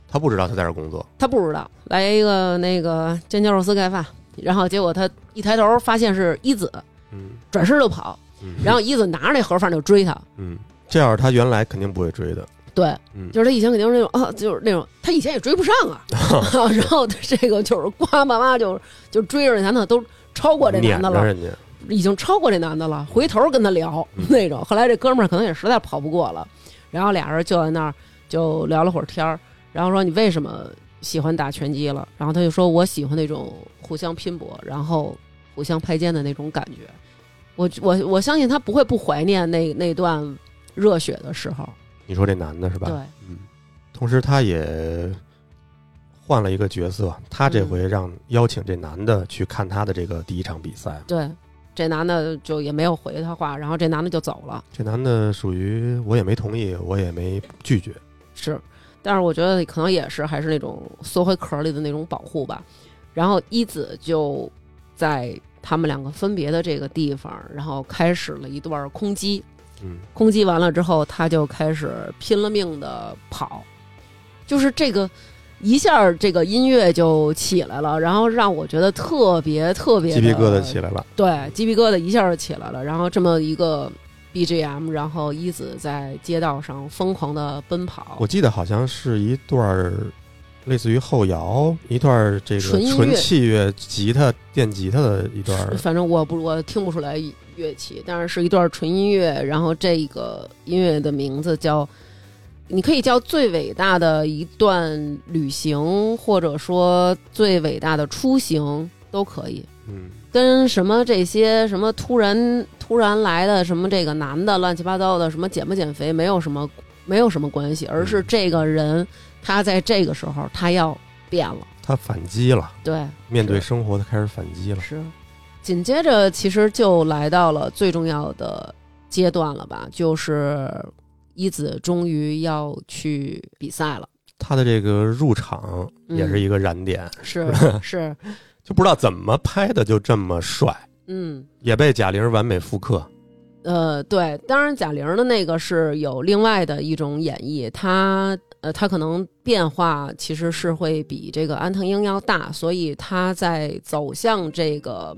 他不知道他在这儿工作，
他不知道来一个那个尖椒肉丝盖饭，然后结果他一抬头发现是一子，
嗯，
转身就跑，然后一子拿着那盒饭就追他，
嗯，这要是他原来肯定不会追的，
对，
嗯
就是他以前肯定是那种啊，就是那种他以前也追不上 啊，然后他这个就是呱呱呱就就追着那男的都超过这
撵
男的
着
了，
人家，
已经超过这男的了，回头跟他聊、
嗯
那种。后来这哥们儿可能也实在跑不过了，然后俩人就在那儿就聊了会儿天儿，然后说你为什么喜欢打拳击了？然后他就说我喜欢那种互相拼搏，然后互相拍肩的那种感觉。我我我相信他不会不怀念那那段热血的时候，
你说这男的是吧？
对。
嗯，同时他也换了一个角色，他
嗯
这回让邀请这男的去看他的这个第一场比赛。
对，这男的就也没有回他话，然后这男的就走了。
这男的属于我也没同意，我也没拒绝。
是，但是我觉得可能也是还是那种缩回壳里的那种保护吧。然后一子就在他们两个分别的这个地方，然后开始了一段空击。
嗯，
空击完了之后，他就开始拼了命的跑，就是这个一下儿这个音乐就起来了，然后让我觉得特别特别
鸡皮疙瘩起来了。
对，鸡皮疙瘩一下就起来了。然后这么一个 BGM，然后一子在街道上疯狂的奔跑
我，记得好像是一段儿类似于后摇一段这个
纯音乐
纯器乐、吉他、电吉他的一段
反正我不我听不出来乐器，但是是一段纯音乐。然后这个音乐的名字叫，你可以叫最伟大的一段旅行，或者说最伟大的出行都可以。
嗯
跟什么这些什么突然突然来的什么这个男的乱七八糟的什么减不减肥没有什么没有什么关系，而是这个人他在这个时候他要变了，
他反击了，
对，
面对生活他开始反击了。
是。紧接着其实就来到了最重要的阶段了吧，就是一子终于要去比赛了，
他的这个入场
嗯
也是一个燃点，
是是，
就不知道怎么拍的就这么帅，
嗯。
也被贾玲完美复刻。
呃，对，当然贾玲的那个是有另外的一种演绎，她呃，她可能变化其实是会比这个安藤英要大，所以她在走向这个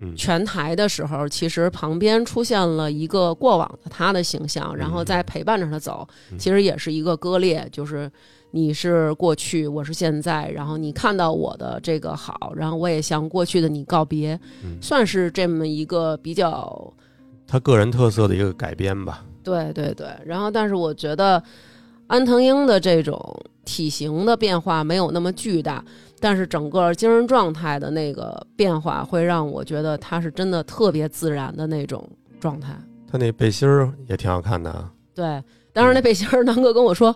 嗯，
全台的时候，其实旁边出现了一个过往的她的形象，然后再陪伴着她走，
嗯
其实也是一个割裂，就是你是过去，我是现在，然后你看到我的这个好，然后我也向过去的你告别，
嗯
算是这么一个比较。
他个人特色的一个改编吧。
对对对，然后但是我觉得安藤英的这种体型的变化没有那么巨大，但是整个精神状态的那个变化会让我觉得她是真的特别自然的那种状态。
他那背心儿也挺好看的啊，
对，当时那背心儿，南哥跟我说。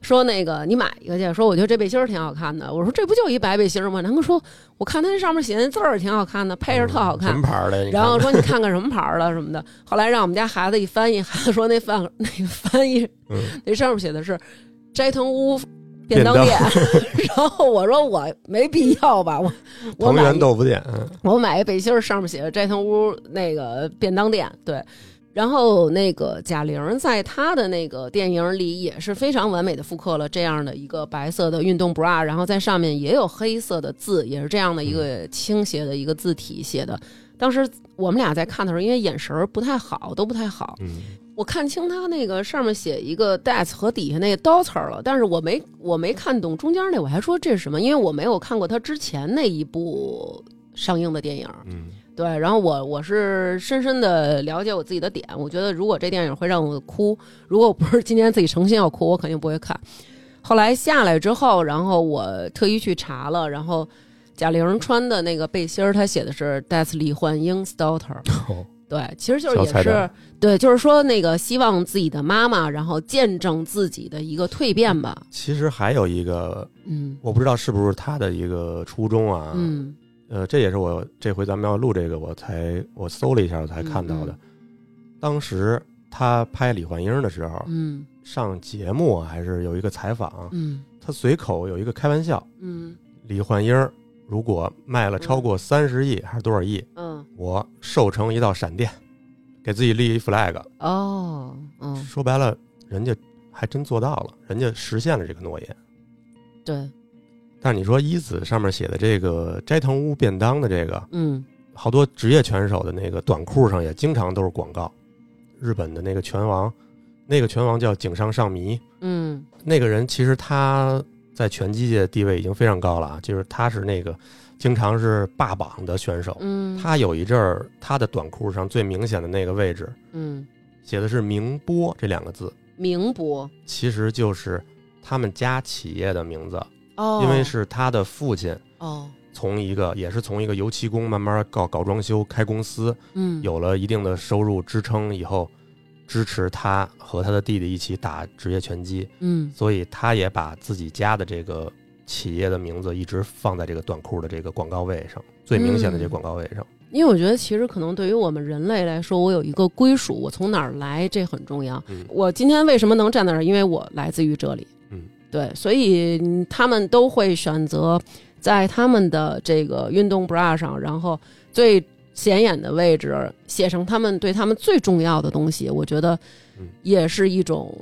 说那个你买一个去，说我觉得这背心儿挺好看的。我说这不就一白背心儿吗？南哥说我看他那上面写那字儿挺好看的，配着特好看。
什么嗯牌儿的呀？你看
然后说你看看嗯什么牌儿的什么的。后来让我们家孩子一翻译，孩子说那翻那个翻译、
嗯
那上面写的是斋藤屋便当店。 然后我说我没必要吧，我我
藤
买
原
一
豆腐店，嗯
我买一背心儿，上面写着斋藤屋那个便当店，对。然后那个贾玲在她的那个电影里也是非常完美的复刻了这样的一个白色的运动 bra，然后在上面也有黑色的字，也是这样的一个倾斜的一个字体写的。当时我们俩在看的时候，因为眼神儿不太好，都不太好，
嗯，
我看清他那个上面写一个 death 和底下那个 daughter 了，但是我没我没看懂中间那，我还说这是什么，因为我没有看过他之前那一部上映的电影。
嗯，
对，然后我我是深深的了解我自己的点，我觉得如果这电影会让我哭，如果我不是今天自己诚心要哭，我肯定不会看。后来下来之后，然后我特意去查了，然后贾玲穿的那个背心儿，她写的是 death 李焕英 's daughter。
哦
对，其实就是
小
也
彩
是
蛋
对，就是说那个希望自己的妈妈，然后见证自己的一个蜕变吧。
其实还有一个，
嗯
我不知道是不是他的一个初衷啊，
嗯
呃，这也是我这回咱们要录这个，我才我搜了一下我才看到的。
嗯
当时他拍李焕英的时候，
嗯
上节目还是有一个采访，
嗯
他随口有一个开玩笑：
嗯
李焕英如果卖了超过三十亿还是多少亿，
嗯
我瘦成一道闪电，给自己立一 flag。
哦嗯，
说白了，人家还真做到了，人家实现了这个诺言。
对，
但是你说一子上面写的这个斋藤屋便当的这个，
嗯
好多职业拳手的那个短裤上也经常都是广告。日本的那个拳王，那个拳王叫井上尚弥，
嗯
那个人其实他在拳击界的地位已经非常高了啊，就是他是那个经常是霸榜的选手。
嗯，
他有一阵儿，他的短裤上最明显的那个位置
嗯
写的是“明波”这两个字，
明博
其实就是他们家企业的名字，
哦，
因为是他的父亲
哦
从一个也是从一个油漆工慢慢搞搞装修开公司，
嗯
有了一定的收入支撑以后，支持他和他的弟弟一起打职业拳击，
嗯
所以他也把自己家的这个企业的名字一直放在这个短裤的这个广告位上，最明显的
嗯
这个广告位上。
因为我觉得，其实可能对于我们人类来说，我有一个归属，我从哪儿来，这很重要。
嗯
我今天为什么能站在那儿？因为我来自于这里。
嗯，
对，所以嗯他们都会选择在他们的这个运动 bra 上，然后最显眼的位置写上他们对他们最重要的东西。我觉得
嗯，
也是一种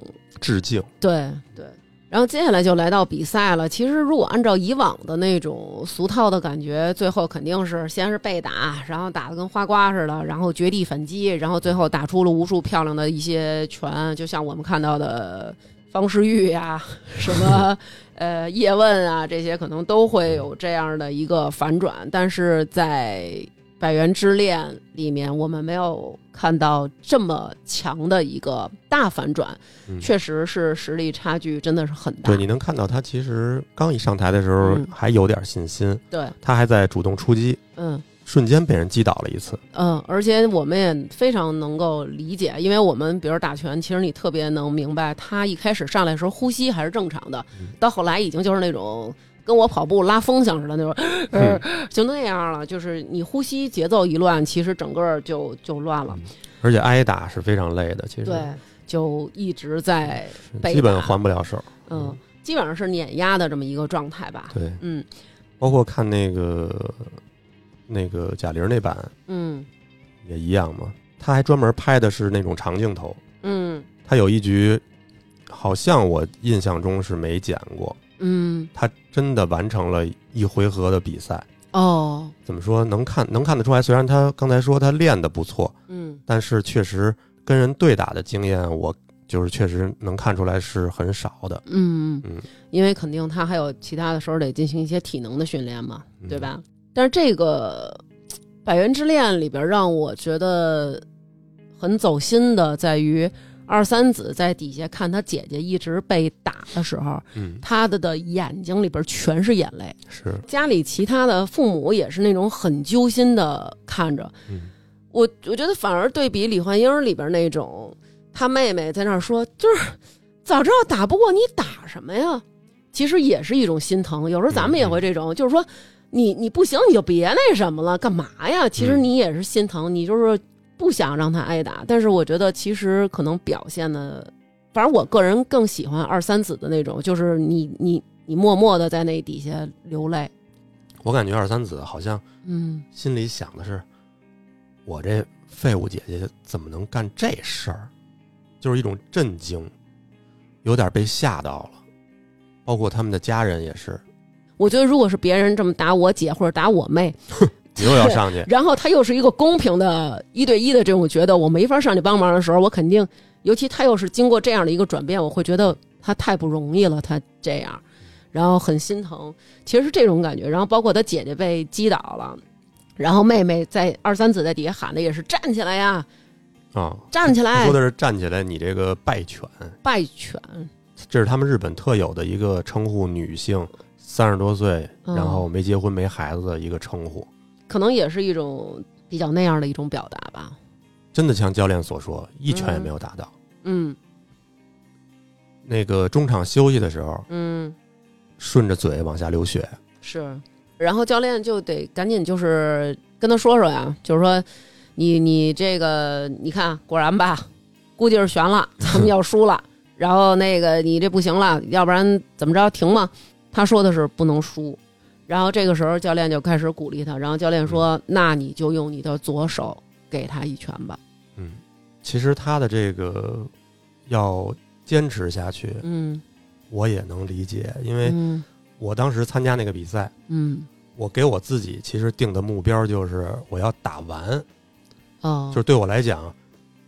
致敬，
对对。然后接下来就来到比赛了。其实如果按照以往的那种俗套的感觉，最后肯定是先是被打，然后打得跟花瓜似的，然后绝地反击，然后最后打出了无数漂亮啊的一些拳，就像我们看到的方世玉呀、什么呃叶问啊这些可能都会有这样的一个反转，但是在《百元之恋》里面，我们没有看到这么强的一个大反转，
嗯
确实是实力差距真的是很大。
对，你能看到他其实刚一上台的时候
嗯
还有点信心，
对
他还在主动出击，
嗯。
瞬间被人击倒了一次。
嗯，而且我们也非常能够理解，因为我们比如打拳，其实你特别能明白，他一开始上来的时候呼吸还是正常的
嗯，
到后来已经就是那种跟我跑步拉风箱似的那种，
嗯
呃，就那样了。就是你呼吸节奏一乱，其实整个儿就就乱了
嗯，而且挨打是非常累的，其实
对，就一直在
是基本还不了手。
嗯，基本上是碾压的这么一个状态吧。
对，
嗯
包括看那个那个贾玲那版
嗯
也一样嘛，他还专门拍的是那种长镜头，
嗯
他有一局好像我印象中是没剪过，
嗯，
他真的完成了一回合的比赛。
哦，
怎么说？能看能看得出来，虽然他刚才说他练的不错，
嗯
但是确实跟人对打的经验，我就是确实能看出来是很少的。
嗯
嗯，
因为肯定他还有其他的时候得进行一些体能的训练嘛，
嗯
对吧？但是这个《百元之恋》里边让我觉得很走心的在于。二三子在底下看他姐姐一直被打的时候，
嗯，
他的的眼睛里边全是眼泪。
是，
家里其他的父母也是那种很揪心的看着，
嗯，
我我觉得反而对比李焕英里边那种，她妹妹在那儿说，就是早知道打不过你打什么呀？其实也是一种心疼。有时候咱们也会这种，就是说你你不行你就别那什么了，干嘛呀？其实你也是心疼，你就是不想让他挨打。但是我觉得其实可能表现的，反正我个人更喜欢二三子的那种，就是你你你默默的在那底下流泪，
我感觉二三子好像
嗯
心里想的是，我这废物姐姐怎么能干这事儿？就是一种震惊，有点被吓到了。包括他们的家人也 是，
我觉得如果是别人这么打我姐或者打我妹，，
你又要上去
然后他又是一个公平的一对一的这种觉得我没法上去帮忙的时候，我肯定，尤其他又是经过这样的一个转变，我会觉得他太不容易了，他这样，然后很心疼，其实是这种感觉。然后包括他姐姐被击倒了，然后妹妹在二三子在底下喊的也是站起来呀，
啊！
站起来
说，的是站起来，你这个败犬，
败犬，
这是他们日本特有的一个称呼女性，三十多岁，
嗯
然后没结婚没孩子的一个称呼。
可能也是一种比较那样的一种表达吧。
真的像教练所说，一拳也没有打到。
嗯
那个中场休息的时候，
嗯。
顺着嘴往下流血，
是，然后教练就得赶紧就是跟他说说呀，就是说你你这个你看果然吧，估计是悬了，咱们要输了，然后那个你这不行了，要不然怎么着停吗？他说的是不能输。然后这个时候教练就开始鼓励他，然后教练说：“那你就用你的左手给他一拳吧。
嗯，其实他的这个要坚持下去，
嗯”
我也能理解，因为
嗯
我当时参加那个比赛，
嗯
我给我自己其实定的目标就是我要打完，
哦，
就是对我来讲，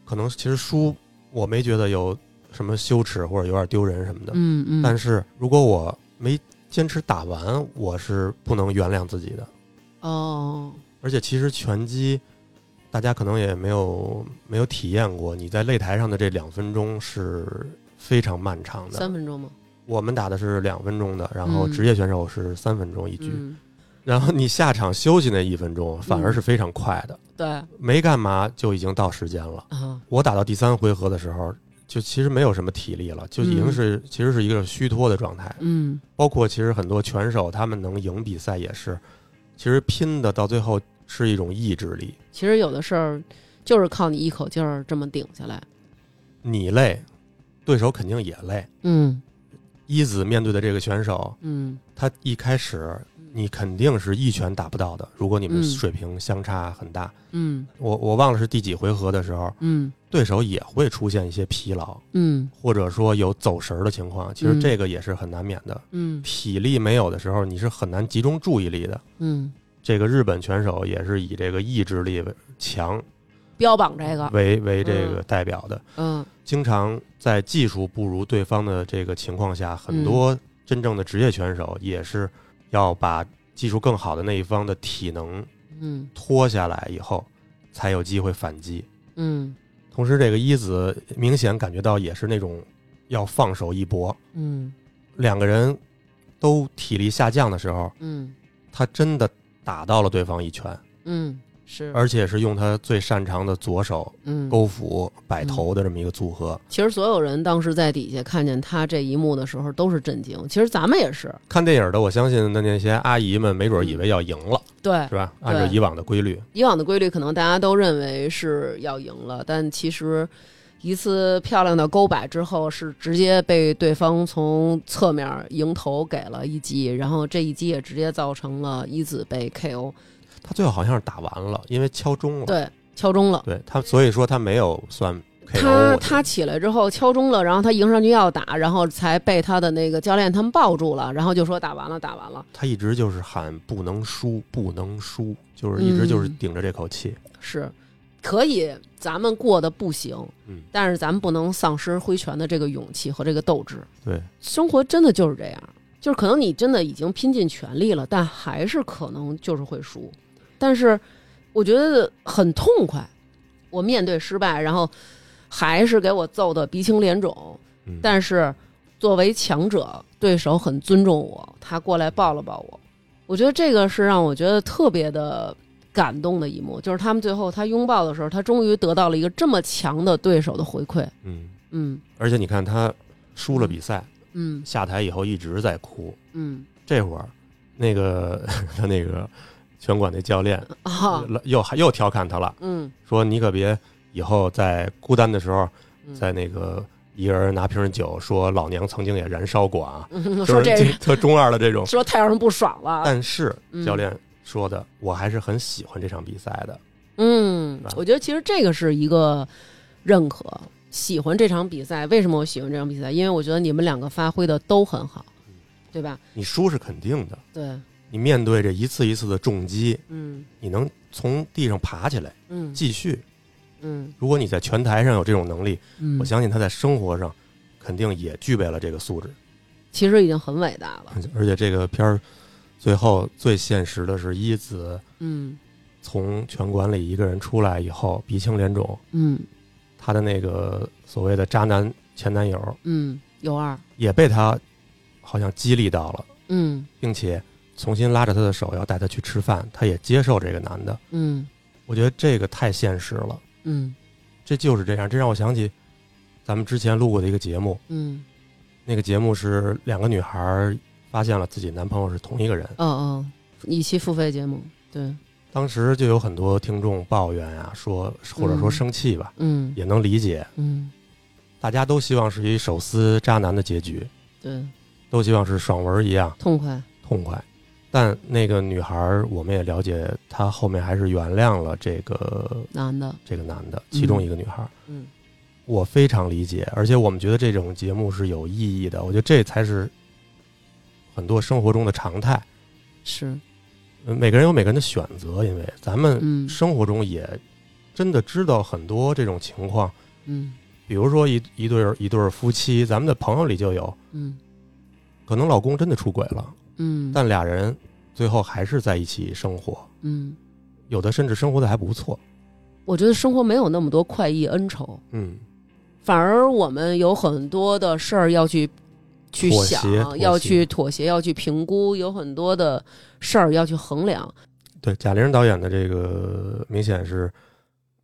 可能其实输我没觉得有什么羞耻或者有点丢人什么的，
嗯嗯，
但是如果我没坚持打完，我是不能原谅自己的。
哦，
而且其实拳击，大家可能也没有没有体验过，你在擂台上的这两分钟是非常漫长的
三。分钟吗？
我们打的是两分钟的，然后
嗯
职业选手是三分钟一局，
嗯，
然后你下场休息那一分钟反而是非常快的，
对啊，
没干嘛就已经到时间了。我打到第三回合的时候，就其实没有什么体力了，就已经是、其实是一个虚脱的状态。
嗯
包括其实很多拳手他们能赢比赛也是，其实拼的到最后是一种意志力。
其实有的事儿就是靠你一口劲儿这么顶下来。
你累，对手肯定也累。
嗯
一子面对的这个选手，
嗯
他一开始你肯定是一拳打不到的，如果你们
嗯
水平相差很大。
嗯
我我忘了是第几回合的时候，
嗯
对手也会出现一些疲劳，
嗯
或者说有走神儿的情况。其实
嗯
这个也是很难免的，
嗯
体力没有的时候，你是很难集中注意力的。
嗯，
这个日本拳手也是以这个意志力为强
标榜这个，
为为这个代表的，
嗯嗯
经常在技术不如对方的这个情况下，很多真正的职业选手也是要把技术更好的那一方的体能
嗯
拖下来以后，才有机会反击。
嗯
同时，这个一子明显感觉到也是那种要放手一搏，
嗯
两个人都体力下降的时候，
嗯
他真的打到了对方一拳，
嗯，是，
而且是用他最擅长的左手
嗯，
勾斧摆头的这么一个组合。
其实所有人当时在底下看见他这一幕的时候都是震惊，其实咱们也是，
看电影的，我相信的那些阿姨们，没准以
嗯
为要赢了，
对
是吧？按照以往的规律，
以往的规律，可能大家都认为是要赢了，但其实一次漂亮的勾摆之后，是直接被对方从侧面迎头给了一击，然后这一击也直接造成了一子被 KO，
他最后好像是打完了，因为敲钟了。
对，敲钟了。
对他，所以说他没有算 KO
他
我觉得。
他起来之后敲钟了，然后他迎上去要打，然后才被他的那个教练他们抱住了，然后就说打完了，打完了。
他一直就是喊不能输，不能输，
嗯
就是一直就是顶着这口气。
是，可以，咱们过得不行，
嗯，
但是咱们不能丧失挥拳的这个勇气和这个斗志。
对，
生活真的就是这样，就是可能你真的已经拼尽全力了，但还是可能就是会输。但是我觉得很痛快，我面对失败，然后还是给我揍得鼻青脸肿。
嗯，
但是作为强者，对手很尊重我，他过来抱了抱我。我觉得这个是让我觉得特别的感动的一幕，就是他们最后他拥抱的时候，他终于得到了一个这么强的对手的回馈。
嗯，
嗯
而且你看他输了比赛，
嗯
下台以后一直在哭。
嗯
这会儿，那个 他那个拳馆那教练
啊
又还又调侃他了，
嗯
说你可别以后在孤单的时候，
嗯
在那个一个人拿瓶酒说老娘曾经也燃烧过啊，
嗯，
就 是
说这
这特中二的这种。
说太让人不爽了。
但是
嗯
教练说的，我还是很喜欢这场比赛的。
嗯
是吧，
我觉得其实这个是一个认可，喜欢这场比赛。为什么我喜欢这场比赛？因为我觉得你们两个发挥的都很好，对吧？
你输是肯定的，
对，
你面对这一次一次的重击，
嗯
你能从地上爬起来，
嗯
继续。
嗯
如果你在拳台上有这种能力，
嗯，
我相信他在生活上肯定也具备了这个素质。
其实已经很伟大了。
而且这个片儿最后最现实的是，一子
嗯
从拳馆里一个人出来以后，鼻青脸肿，
嗯
他的那个所谓的渣男前男友
嗯，有二。
也被他好像激励到了，
嗯
并且重新拉着他的手要带他去吃饭，他也接受这个男的。
嗯
我觉得这个太现实了，
嗯
这就是这样，这让我想起咱们之前录过的一个节目，
嗯，
那个节目是两个女孩儿发现了自己男朋友是同一个人，
哦哦，一期付费节目。对，
当时就有很多听众抱怨啊，说或者说
嗯
生气吧，
嗯
也能理解，
嗯
大家都希望是一手撕渣男的结局，
对，
都希望是爽文一样
痛快。
痛快。但那个女孩儿，我们也了解，她后面还是原谅了这个
男的。
这个男的，其中一个女孩儿。
嗯
我非常理解，而且我们觉得这种节目是有意义的，我觉得这才是很多生活中的常态。
是。
呃每个人有每个人的选择，因为咱们
嗯
生活中也真的知道很多这种情况，
嗯
比如说一一对儿一对儿夫妻，咱们的朋友里就有，
嗯
可能老公真的出轨了，
嗯，
但俩人最后还是在一起生活，
嗯，
有的甚至生活的还不错。
我觉得生活没有那么多快意恩仇。
嗯，
反而我们有很多的事儿要去去
妥协妥
想，要
协
去妥协，要去评估，有很多的事儿要去衡量。
对，贾玲导演的这个明显是，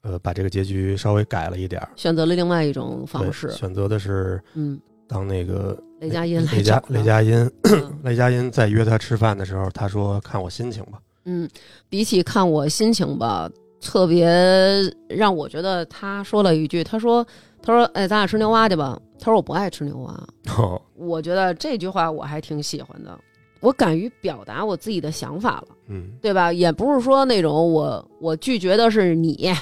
呃，把这个结局稍微改了一点儿，
选择了另外一种方
对
式，
选择的是
嗯，
当那个
雷佳音来
雷佳
找
雷
他
佳音
嗯
雷佳音在约他吃饭的时候，他说看我心情吧。
嗯，比起看我心情吧，特别让我觉得他说了一句，他说他说哎，咱俩吃牛蛙去吧，他说我不爱吃牛蛙，
哦，
我觉得这句话我还挺喜欢的，我敢于表达我自己的想法了。
嗯，
对吧？也不是说那种我我拒绝的是你，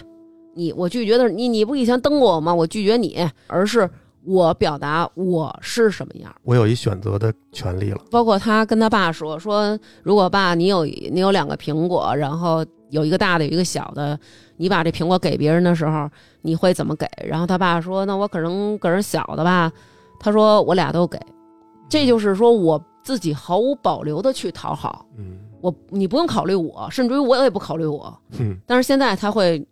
你我拒绝的是你，你不以前蹬过我吗？我拒绝你，而是我表达我是什么样。
我有一选择的权利了。
包括他跟他爸说说，如果爸你有你有两个苹果，然后有一个大的，有一个小的，你把这苹果给别人的时候，你会怎么给？然后他爸说，那我可能给人小的吧。他说我俩都给，这就是说我自己毫无保留的去讨好
嗯
我，你不用考虑我，甚至于我也不考虑我。
嗯，
但是现在他会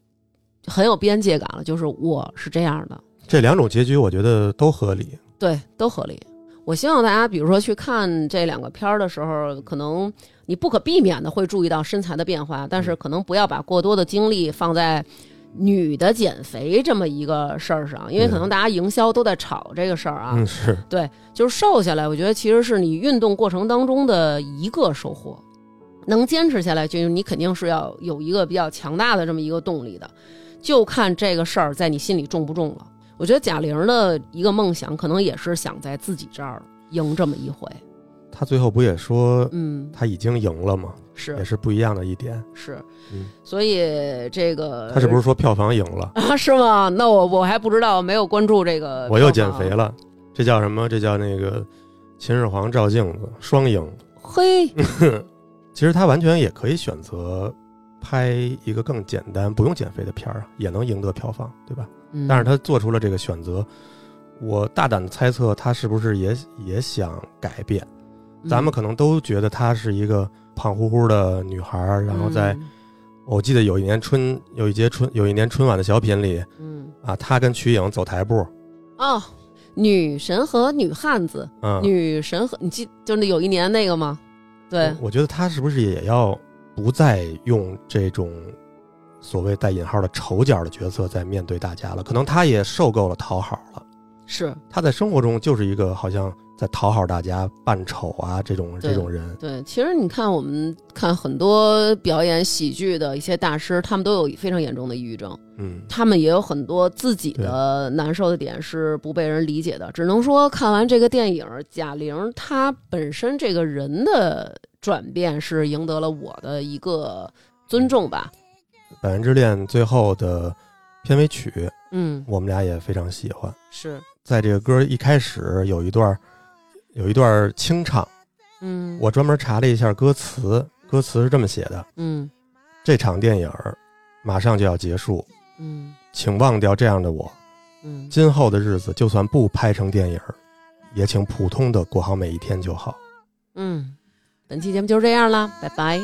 很有边界感了，就是我是这样的，
这两种结局我觉得都合理。
对，都合理。我希望大家，比如说去看这两个片儿的时候，可能你不可避免的会注意到身材的变化，但是可能不要把过多的精力放在女的减肥这么一个事儿上，因为可能大家营销都在炒这个事儿啊。
嗯，是
就是瘦下来，我觉得其实是你运动过程当中的一个收获。能坚持下来，就是你肯定是要有一个比较强大的这么一个动力的，就看这个事儿在你心里重不重了。我觉得贾玲的一个梦想，可能也是想在自己这儿赢这么一回。
他最后不也说
嗯，
他已经赢了吗？也
是
是不一样的一点。
是
嗯，
所以这个
他是不是说票房赢了？
啊？ 是吗？那我我还不知道，没有关注这个。
我又减肥。了，这叫什么？这叫那个秦始皇照镜子双赢。
嘿，
其实他完全也可以选择拍一个更简单、不用减肥的片儿啊，也能赢得票房，对吧？
嗯
但是他做出了这个选择，我大胆的猜测，他是不是也也想改变？
嗯
咱们可能都觉得她是一个胖乎乎的女孩儿，然后在、
嗯
我记得有一年春有一节春有一年春晚的小品里
嗯
啊，她跟瞿颖走台步，
哦，女神和女汉子，
嗯，
女神和你记就那有一年那个吗？对
我，我觉得她是不是也要不再用这种所谓带引号的丑角的角色在面对大家了？可能她也受够了讨好了。
是
她在生活中就是一个好像在讨好大家、扮丑啊这种
对
这种人，
对。其实你看，我们看很多表演喜剧的一些大师，他们都有非常严重的抑郁症，
嗯，
他们也有很多自己的难受的点是不被人理解的。只能说，看完这个电影，贾玲她本身这个人的转变是赢得了我的一个尊重吧。
《百元之恋》最后的片尾曲，
嗯，
我们俩也非常喜欢。
是，
在这个歌一开始有一段儿，有一段儿清唱，
嗯，
我专门查了一下歌词，歌词是这么写的：
嗯
这场电影儿马上就要结束，
嗯
请忘掉这样的我。
嗯，
今后的日子，就算不拍成电影儿，也请普通的过好每一天就好。
嗯，本期节目就是这样了，拜拜。